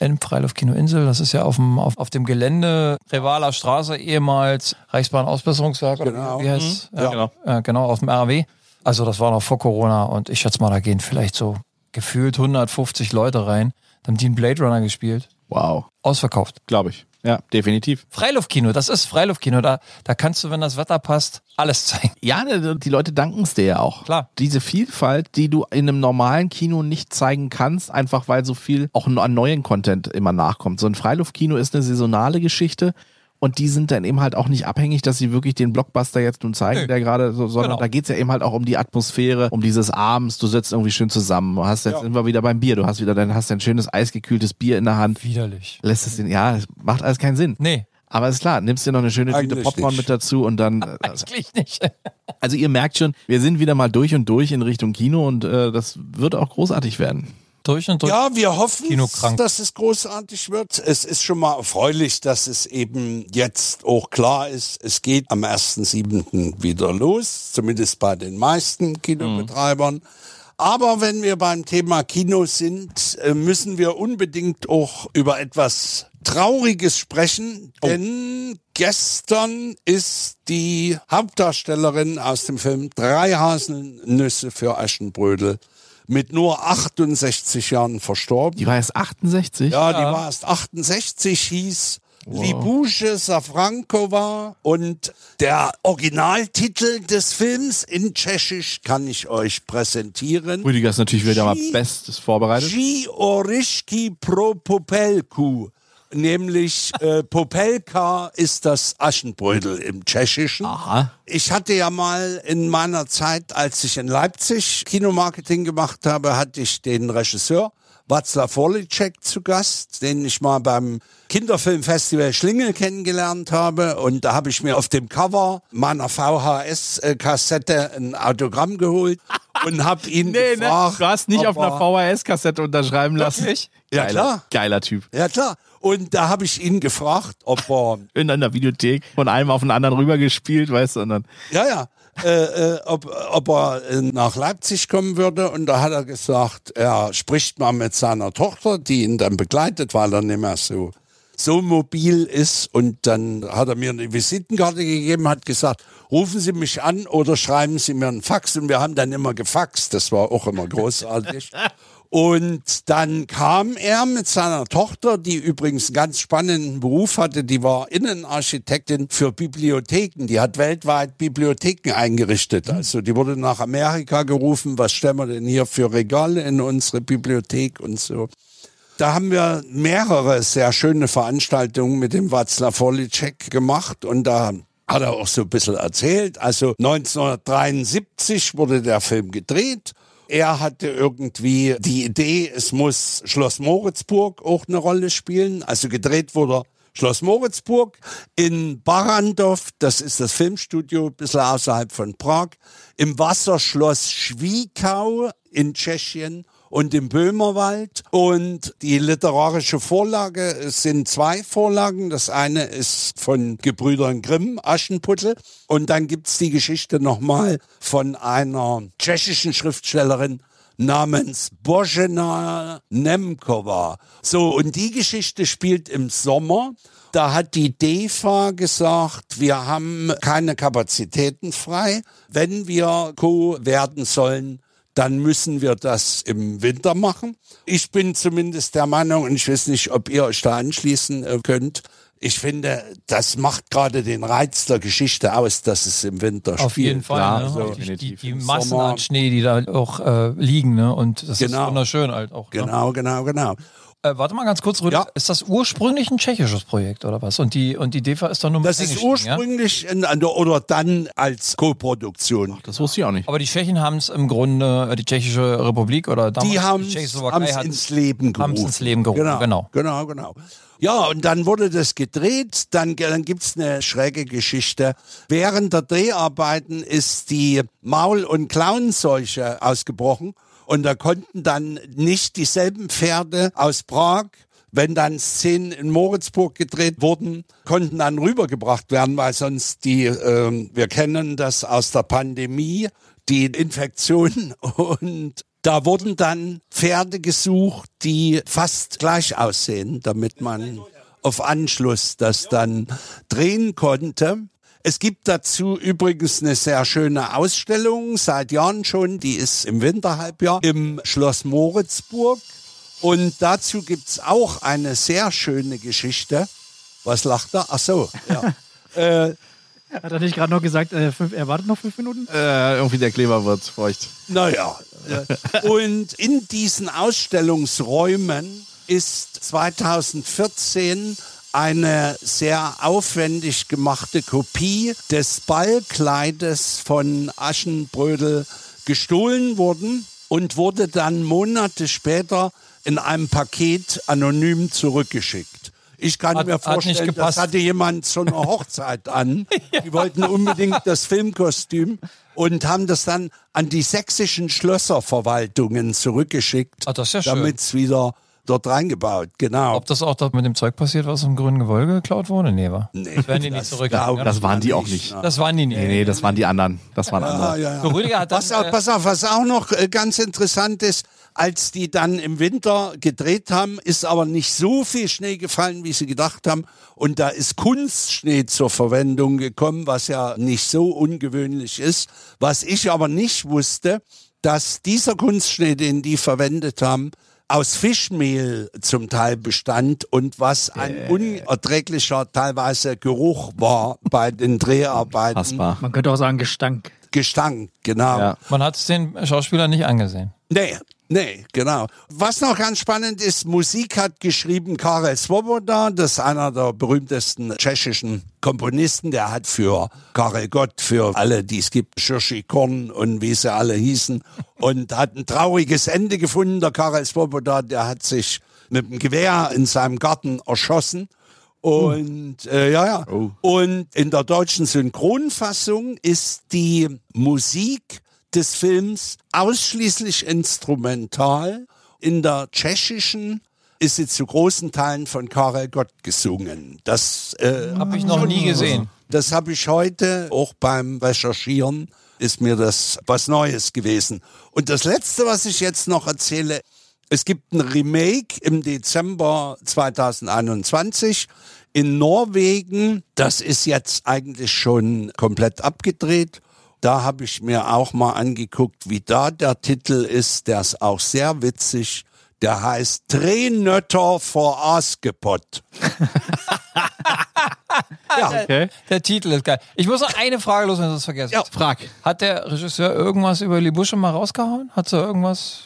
Speaker 2: im Freiluft-Kino Insel, das ist ja auf dem, auf, auf dem Gelände Revaler Straße, ehemals Reichsbahn-Ausbesserungswerk. oder
Speaker 1: Genau.
Speaker 2: Wie heißt
Speaker 1: Ja.
Speaker 2: Genau. Äh, genau, auf dem RW. Also das war noch vor Corona und ich schätze mal, da gehen vielleicht so gefühlt 150 Leute rein. Dann haben die einen Blade Runner gespielt.
Speaker 3: Wow,
Speaker 2: Ausverkauft.
Speaker 3: glaube ich. Ja, definitiv.
Speaker 2: Freiluftkino, das ist Freiluftkino. Da, da kannst du, wenn das Wetter passt, alles zeigen.
Speaker 3: Ja, ne, die Leute danken es dir ja auch.
Speaker 2: Klar.
Speaker 3: Diese Vielfalt, die du in einem normalen Kino nicht zeigen kannst, einfach weil so viel auch an neuen Content immer nachkommt. So ein Freiluftkino ist eine saisonale Geschichte und die sind dann eben halt auch nicht abhängig, dass sie wirklich den Blockbuster jetzt nun zeigen,
Speaker 2: Nö.
Speaker 3: der gerade so, sondern
Speaker 2: Genau.
Speaker 3: da geht's ja eben halt auch um die Atmosphäre, um dieses Abends, du sitzt irgendwie schön zusammen, hast jetzt immer wieder beim Bier, du hast wieder dein, hast dein schönes eisgekühltes Bier in der Hand.
Speaker 2: Widerlich.
Speaker 3: Lässt es den, ja, es macht alles keinen Sinn.
Speaker 2: Nee,
Speaker 3: Aber ist klar, nimmst dir noch eine schöne Tüte
Speaker 1: Eigentlich
Speaker 3: Popcorn
Speaker 1: nicht. Ah,
Speaker 3: mit dazu und dann. äh,
Speaker 2: eigentlich nicht.
Speaker 3: Also ihr merkt schon, wir sind wieder mal durch und durch in Richtung Kino und äh, das wird auch großartig werden.
Speaker 2: durch und durch.
Speaker 1: Ja, wir hoffen,
Speaker 2: Kinokrank.
Speaker 1: dass es großartig wird. Es ist schon mal erfreulich, dass es eben jetzt auch klar ist, es geht am 1.7. wieder los, zumindest bei den meisten Kinobetreibern. Aber wenn wir beim Thema Kino sind, äh, müssen wir unbedingt auch über etwas Trauriges sprechen, denn gestern ist die Hauptdarstellerin aus dem Film Drei Haselnüsse für Aschenbrödel mit nur 68 Jahren verstorben.
Speaker 3: Die war erst 68.
Speaker 1: Ja, die war erst 68, hieß Libouche Safrankova und der Originaltitel des Films in Tschechisch kann ich euch präsentieren.
Speaker 3: Rüdiger ist natürlich wieder mal
Speaker 1: Sie-
Speaker 3: bestes vorbereitet.
Speaker 1: Ji Orischki pro Popelku. Nämlich äh, Popelka ist das Aschenbrödel im Tschechischen.
Speaker 3: Aha.
Speaker 1: Ich hatte ja mal in meiner Zeit, als ich in Leipzig Kinomarketing gemacht habe, hatte ich den Regisseur Václav Volicek zu Gast, den ich mal beim Kinderfilmfestival Schlingel kennengelernt habe. Und da habe ich mir auf dem Cover meiner VHS-Kassette äh, ein Autogramm geholt und habe ihn
Speaker 3: ne,
Speaker 1: gefragt. ob er-
Speaker 3: VHS-Kassette unterschreiben lassen.
Speaker 1: Ja,
Speaker 3: Geiler,
Speaker 1: klar.
Speaker 3: Geiler Typ.
Speaker 1: Ja, klar. Und da habe ich ihn gefragt, ob er
Speaker 3: In einer Videothek von einem auf den anderen rübergespielt, weißt du, und dann
Speaker 1: Ja, ja. äh, äh, ob, ob er äh, nach Leipzig kommen würde. Und da hat er gesagt, er spricht mal mit seiner Tochter, die ihn dann begleitet, weil er nicht mehr so, so mobil ist. Und dann hat er mir eine Visitenkarte gegeben, hat gesagt, rufen Sie mich an oder schreiben Sie mir einen Fax. Und wir haben dann immer gefaxt. Das war auch immer großartig. Und dann kam er mit seiner Tochter, die übrigens einen ganz spannenden Beruf hatte, die war Innenarchitektin für Bibliotheken. Die hat weltweit Bibliotheken eingerichtet. Also die wurde nach Amerika gerufen, was stellen wir denn hier für Regale in unsere Bibliothek und so. Da haben wir mehrere sehr schöne Veranstaltungen mit dem Václav Volicek gemacht und da hat er auch so ein bisschen erzählt. Also 1973 wurde der Film gedreht. Er hatte irgendwie die Idee, es muss Schloss Moritzburg auch eine Rolle spielen. Also gedreht wurde Schloss Moritzburg in Barandov, das ist das Filmstudio, ein bisschen außerhalb von Prag, im Wasserschloss Schwiekau in Tschechien und im Böhmerwald. Und die literarische Vorlage es sind zwei Vorlagen. Das eine ist von Gebrüdern Grimm, Aschenputtel. Und dann gibt's die Geschichte nochmal von einer tschechischen Schriftstellerin namens Božena Nemkova. So, und die Geschichte spielt im Sommer. Da hat die DEFA gesagt, wir haben keine Kapazitäten frei. Wenn wir Co. werden sollen, dann müssen wir das im Winter machen. Ich bin zumindest der Meinung, und ich weiß nicht, ob ihr euch da anschließen äh, könnt, ich finde, das macht gerade den Reiz der Geschichte aus, dass es im Winter
Speaker 2: Auf jeden
Speaker 1: spielt.
Speaker 2: Fall.
Speaker 3: klar,
Speaker 2: ne?
Speaker 3: so.
Speaker 2: die, die, die
Speaker 3: Definitiv.
Speaker 2: Massen
Speaker 1: Sommer.
Speaker 2: an Schnee, die da auch äh, liegen. Ne? Und das
Speaker 1: Genau.
Speaker 2: ist wunderschön halt auch. Ne?
Speaker 1: Genau, genau, genau.
Speaker 2: Äh, warte mal ganz kurz, Rüdiger.
Speaker 1: Ja.
Speaker 2: Ist das ursprünglich ein tschechisches Projekt oder was? Und die, und die DEFA ist doch nur mit
Speaker 1: Das ist
Speaker 2: eingestiegen, Ja?
Speaker 1: ursprünglich in, an der- oder dann als Co-Produktion.
Speaker 3: Das wusste ich auch nicht.
Speaker 2: Aber die Tschechen haben es im Grunde, äh, die Tschechische Republik oder damals
Speaker 1: Die haben
Speaker 2: Tschechoslowakei
Speaker 1: es
Speaker 2: hat-
Speaker 1: ins Leben gerufen.
Speaker 2: haben's ins Leben gerufen, genau.
Speaker 1: Genau, genau. Ja, und dann wurde das gedreht. Dann, dann gibt's eine schräge Geschichte. Während der Dreharbeiten ist die Maul- und Klauenseuche ausgebrochen. Und da konnten dann nicht dieselben Pferde aus Prag, wenn dann Szenen in Moritzburg gedreht wurden, konnten dann rübergebracht werden, weil sonst die, ähm, wir kennen das aus der Pandemie, die Infektion und da wurden dann Pferde gesucht, die fast gleich aussehen, damit man auf Anschluss das dann drehen konnte. Es gibt dazu übrigens eine sehr schöne Ausstellung, seit Jahren schon, die ist im Winterhalbjahr im Schloss Moritzburg. Und dazu gibt's auch eine sehr schöne Geschichte. Was lacht er? Ach so, ja. äh,
Speaker 4: Hat er nicht gerade noch gesagt, äh, fünf, er wartet noch fünf Minuten?
Speaker 3: Äh, irgendwie der Kleber wird feucht.
Speaker 1: Naja. äh, Und in diesen Ausstellungsräumen ist 2014 eine sehr aufwendig gemachte Kopie des Ballkleides von Aschenbrödel gestohlen worden und wurde dann Monate später in einem Paket anonym zurückgeschickt. Ich kann
Speaker 2: Hat-
Speaker 1: mir
Speaker 2: hat nicht
Speaker 1: vorstellen, das
Speaker 2: gepasst.
Speaker 1: hatte jemand zu einer Hochzeit an. Die wollten unbedingt das Filmkostüm und haben das dann an die sächsischen Schlösserverwaltungen zurückgeschickt,
Speaker 2: Ach, Ah, das ist ja schön.
Speaker 1: damit es wieder dort reingebaut. Genau.
Speaker 2: Ob das auch dort mit dem Zeug passiert, was im grünen Gewölbe geklaut wurde? Nee, war.
Speaker 1: Nee,
Speaker 2: das werden die nicht
Speaker 1: das
Speaker 2: zurückgeben.
Speaker 1: glaub
Speaker 2: Ja?
Speaker 3: Das waren die auch
Speaker 1: Nicht,
Speaker 3: nicht.
Speaker 2: Das waren die nicht.
Speaker 3: Nee, nee, das waren die anderen. Das waren
Speaker 1: Ah,
Speaker 3: andere.
Speaker 1: ja, ja.
Speaker 2: So, Rüdiger hat dann,
Speaker 1: pass, auf,
Speaker 2: äh,
Speaker 1: pass auf, was auch noch äh, ganz interessant ist, als die dann im Winter gedreht haben, ist aber nicht so viel Schnee gefallen, wie sie gedacht haben. Und da ist Kunstschnee zur Verwendung gekommen, was ja nicht so ungewöhnlich ist. Was ich aber nicht wusste, dass dieser Kunstschnee, den die verwendet haben, aus Fischmehl zum Teil bestand und was ein
Speaker 2: Äh.
Speaker 1: unerträglicher teilweise Geruch war bei den Dreharbeiten.
Speaker 3: Passbar.
Speaker 4: Man könnte auch sagen Gestank.
Speaker 1: Gestank, genau.
Speaker 3: Ja.
Speaker 2: Man hat es den Schauspielern nicht angesehen.
Speaker 1: Nee, nee, genau. Was noch ganz spannend ist, Musik hat geschrieben Karel Svoboda, das ist einer der berühmtesten tschechischen Komponisten, der hat für Karel Gott, für alle, die es gibt, Schirshi Korn und wie sie alle hießen, und hat ein trauriges Ende gefunden, der Karel Svoboda, der hat sich mit dem Gewehr in seinem Garten erschossen. Und äh, ja, ja. Und in der deutschen Synchronfassung ist die Musik des Films ausschließlich instrumental. In der tschechischen ist sie zu großen Teilen von Karel Gott gesungen. Das äh,
Speaker 2: Habe ich noch nie gesehen.
Speaker 1: Genau. Das habe ich heute auch beim Recherchieren ist mir das was Neues gewesen. Und das Letzte, was ich jetzt noch erzähle, es gibt ein Remake im Dezember 2021 in Norwegen. Das ist jetzt eigentlich schon komplett abgedreht. Da habe ich mir auch mal angeguckt, wie da der Titel ist. Der ist auch sehr witzig. Der heißt Tränötter vor Askepott. ja,
Speaker 2: Der, der Titel ist geil. Ich muss noch eine Frage loswerden, sonst vergesse ich
Speaker 1: Ja.
Speaker 3: Frag.
Speaker 2: Hat der Regisseur irgendwas über die Busche mal rausgehauen? Hat sie irgendwas?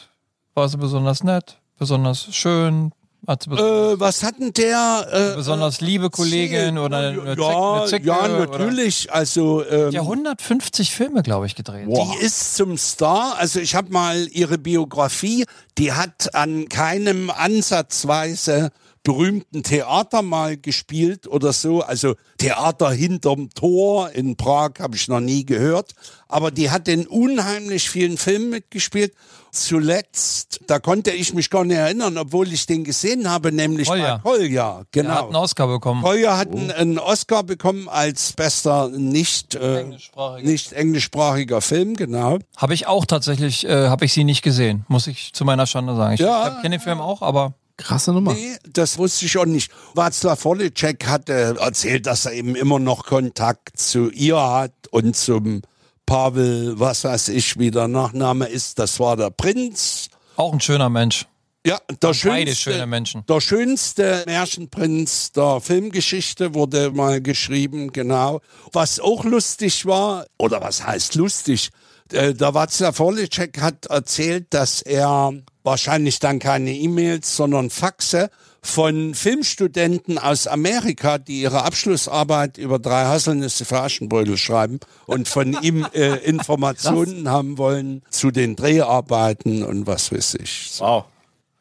Speaker 2: War sie besonders nett? Besonders schön? Hat sie bes
Speaker 1: äh, was hat denn der? Äh,
Speaker 2: besonders liebe Kollegin
Speaker 1: Ziel?
Speaker 2: oder eine, eine
Speaker 1: ja,
Speaker 2: Zick-
Speaker 1: ja,
Speaker 2: eine Zicke? Oder?
Speaker 1: natürlich. Also ähm,
Speaker 2: Ja, 150 Filme, glaube ich, gedreht.
Speaker 1: Die ist zum Star. Also ich habe mal ihre Biografie. Die hat an keinem ansatzweise berühmten Theater mal gespielt oder so. Also Theater hinterm Tor in Prag habe ich noch nie gehört. Aber die hat in unheimlich vielen Filmen mitgespielt. Zuletzt, da konnte ich mich gar nicht erinnern, obwohl ich den gesehen habe, nämlich
Speaker 2: Kolja.
Speaker 1: bei Kolja.
Speaker 2: Er hat
Speaker 1: Genau.
Speaker 2: einen Oscar bekommen.
Speaker 1: Heuer hat einen, einen Oscar bekommen als bester nicht, äh,
Speaker 2: Englischsprachiger.
Speaker 1: nicht englischsprachiger Film, genau.
Speaker 2: Habe ich auch tatsächlich, äh, habe ich sie nicht gesehen, muss ich zu meiner Schande sagen. Ich
Speaker 1: Ja.
Speaker 2: kenne den Film auch, aber
Speaker 3: Krasse Nummer.
Speaker 1: Nee, das wusste ich auch nicht. Václav Holicek hatte erzählt, dass er eben immer noch Kontakt zu ihr hat und zum Pavel, was weiß ich, wie der Nachname ist. Das war der Prinz.
Speaker 2: auch ein schöner Mensch.
Speaker 1: Ja, der
Speaker 2: Beide
Speaker 1: schönste,
Speaker 2: schöne Menschen.
Speaker 1: Der schönste Märchenprinz der Filmgeschichte wurde mal geschrieben, genau. Was auch lustig war, oder was heißt lustig, äh, der Václav Holicek hat erzählt, dass er wahrscheinlich dann keine E-Mails, sondern Faxe von Filmstudenten aus Amerika, die ihre Abschlussarbeit über drei Haselnüsse für Aschenbrödel schreiben und von ihm äh, Informationen haben wollen zu den Dreharbeiten und was weiß ich.
Speaker 3: Wow.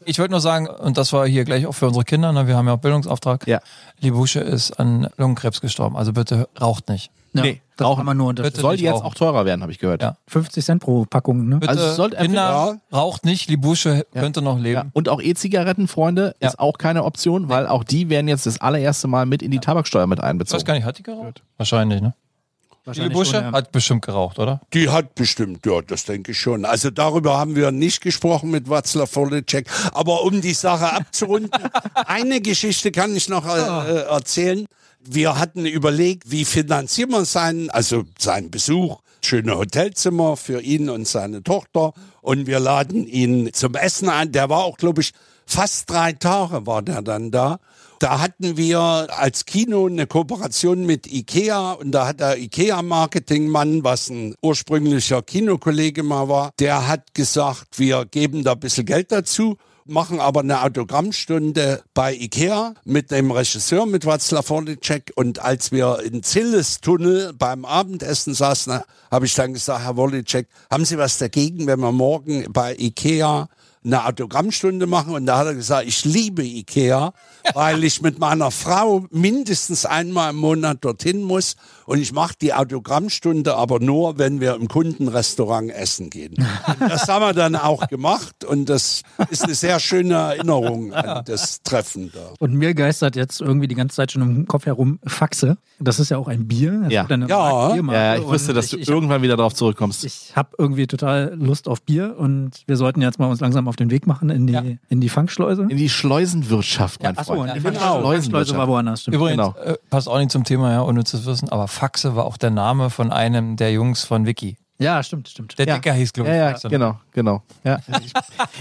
Speaker 2: Ich wollte nur sagen, und das war hier gleich auch für unsere Kinder, ne? wir haben ja auch Bildungsauftrag.
Speaker 3: Ja.
Speaker 2: Die Busche ist an Lungenkrebs gestorben, also bitte raucht nicht.
Speaker 4: Ja,
Speaker 3: Nee,
Speaker 4: das
Speaker 3: rauchen.
Speaker 4: kann man nur unter
Speaker 2: Bitte.
Speaker 3: Soll die jetzt
Speaker 2: rauchen.
Speaker 3: auch teurer werden, habe ich gehört.
Speaker 2: Ja.
Speaker 4: 50 Cent pro Packung. Ne?
Speaker 2: Bitte,
Speaker 3: Also es sollte
Speaker 2: Kinder, raucht nicht, die Busche könnte noch
Speaker 3: Ja.
Speaker 2: leben.
Speaker 3: Und auch E-Zigaretten, Freunde,
Speaker 2: Ja.
Speaker 3: ist auch keine Option, weil auch die werden jetzt das allererste Mal mit in die Tabaksteuer mit
Speaker 2: Ich weiß
Speaker 3: einbezogen.
Speaker 2: gar nicht, hat die geraucht? Wahrscheinlich, ne? Die
Speaker 4: Wahrscheinlich
Speaker 2: Busche
Speaker 4: schon, ja.
Speaker 2: hat bestimmt geraucht, oder?
Speaker 1: Die hat bestimmt, ja, das denke ich schon. Also darüber haben wir nicht gesprochen mit Václav Holicek. Aber um die Sache abzurunden, eine Geschichte kann ich noch äh, erzählen. Wir hatten überlegt, wie finanzieren wir seinen, also seinen Besuch, schöne Hotelzimmer für ihn und seine Tochter. Und wir laden ihn zum Essen ein. Der war auch, glaube ich, fast drei Tage war der dann da. Da hatten wir als Kino eine Kooperation mit IKEA und da hat der IKEA-Marketingmann, was ein ursprünglicher Kinokollege mal war, der hat gesagt, wir geben da ein bisschen Geld dazu, machen aber eine Autogrammstunde bei IKEA mit dem Regisseur, mit Václav Hornicek. Und als wir in Zilles-Tunnel beim Abendessen saßen, habe ich dann gesagt, Herr Hornicek, haben Sie was dagegen, wenn wir morgen bei IKEA eine Autogrammstunde machen und da hat er gesagt, ich liebe Ikea, weil ich mit meiner Frau mindestens einmal im Monat dorthin muss und ich mache die Autogrammstunde aber nur, wenn wir im Kundenrestaurant essen gehen. Und das haben wir dann auch gemacht und das ist eine sehr schöne Erinnerung an das Treffen da.
Speaker 4: Und mir geistert jetzt irgendwie die ganze Zeit schon im Kopf herum Faxe. Das ist ja auch ein Bier. Es
Speaker 3: Ja.
Speaker 4: gibt eine
Speaker 1: Ja.
Speaker 4: Marke Biermarke.
Speaker 3: Ja, ich wusste,
Speaker 4: Und
Speaker 3: dass
Speaker 4: ich,
Speaker 3: du
Speaker 4: ich,
Speaker 3: irgendwann wieder darauf zurückkommst.
Speaker 4: Ich habe irgendwie total Lust auf Bier und wir sollten jetzt mal uns langsam auf den Weg machen in die,
Speaker 2: Ja.
Speaker 4: in die Fangschleuse.
Speaker 3: in die Schleusenwirtschaft, mein
Speaker 4: Achso,
Speaker 3: Freund.
Speaker 4: in die
Speaker 3: Genau.
Speaker 4: Fangschleuse. Fangschleuse war woanders. Stimmt.
Speaker 2: Übrigens,
Speaker 3: Genau.
Speaker 2: äh, passt auch nicht zum Thema, ja, unnützes Wissen, aber Faxe war auch der Name von einem der Jungs von Wiki.
Speaker 4: Ja, stimmt, stimmt.
Speaker 2: Der
Speaker 3: Ja.
Speaker 2: Dicker hieß, glaube
Speaker 3: Ja,
Speaker 2: ich.
Speaker 3: ja,
Speaker 2: Faxe.
Speaker 3: genau, genau. Ja. Ich,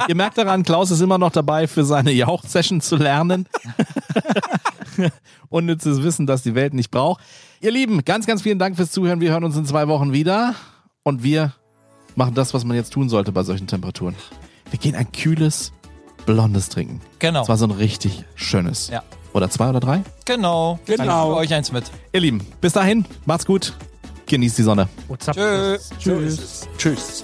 Speaker 3: ihr merkt daran, Klaus ist immer noch dabei, für seine Jauch-Session zu lernen. Unnützes Wissen, das die Welt nicht braucht. Ihr Lieben, ganz, ganz vielen Dank fürs Zuhören. Wir hören uns in zwei Wochen wieder. Und wir machen das, was man jetzt tun sollte bei solchen Temperaturen. Wir gehen ein kühles, blondes trinken.
Speaker 2: Genau.
Speaker 3: Das war so ein richtig schönes.
Speaker 2: Ja.
Speaker 3: Oder zwei oder drei.
Speaker 2: Genau.
Speaker 1: Genau.
Speaker 2: Dann nehmen wir euch eins mit.
Speaker 3: Ihr Lieben, bis dahin, macht's gut. Genießt die Sonne.
Speaker 4: Oh, zapp.
Speaker 2: Tschö.
Speaker 1: So ist es. Tschüss.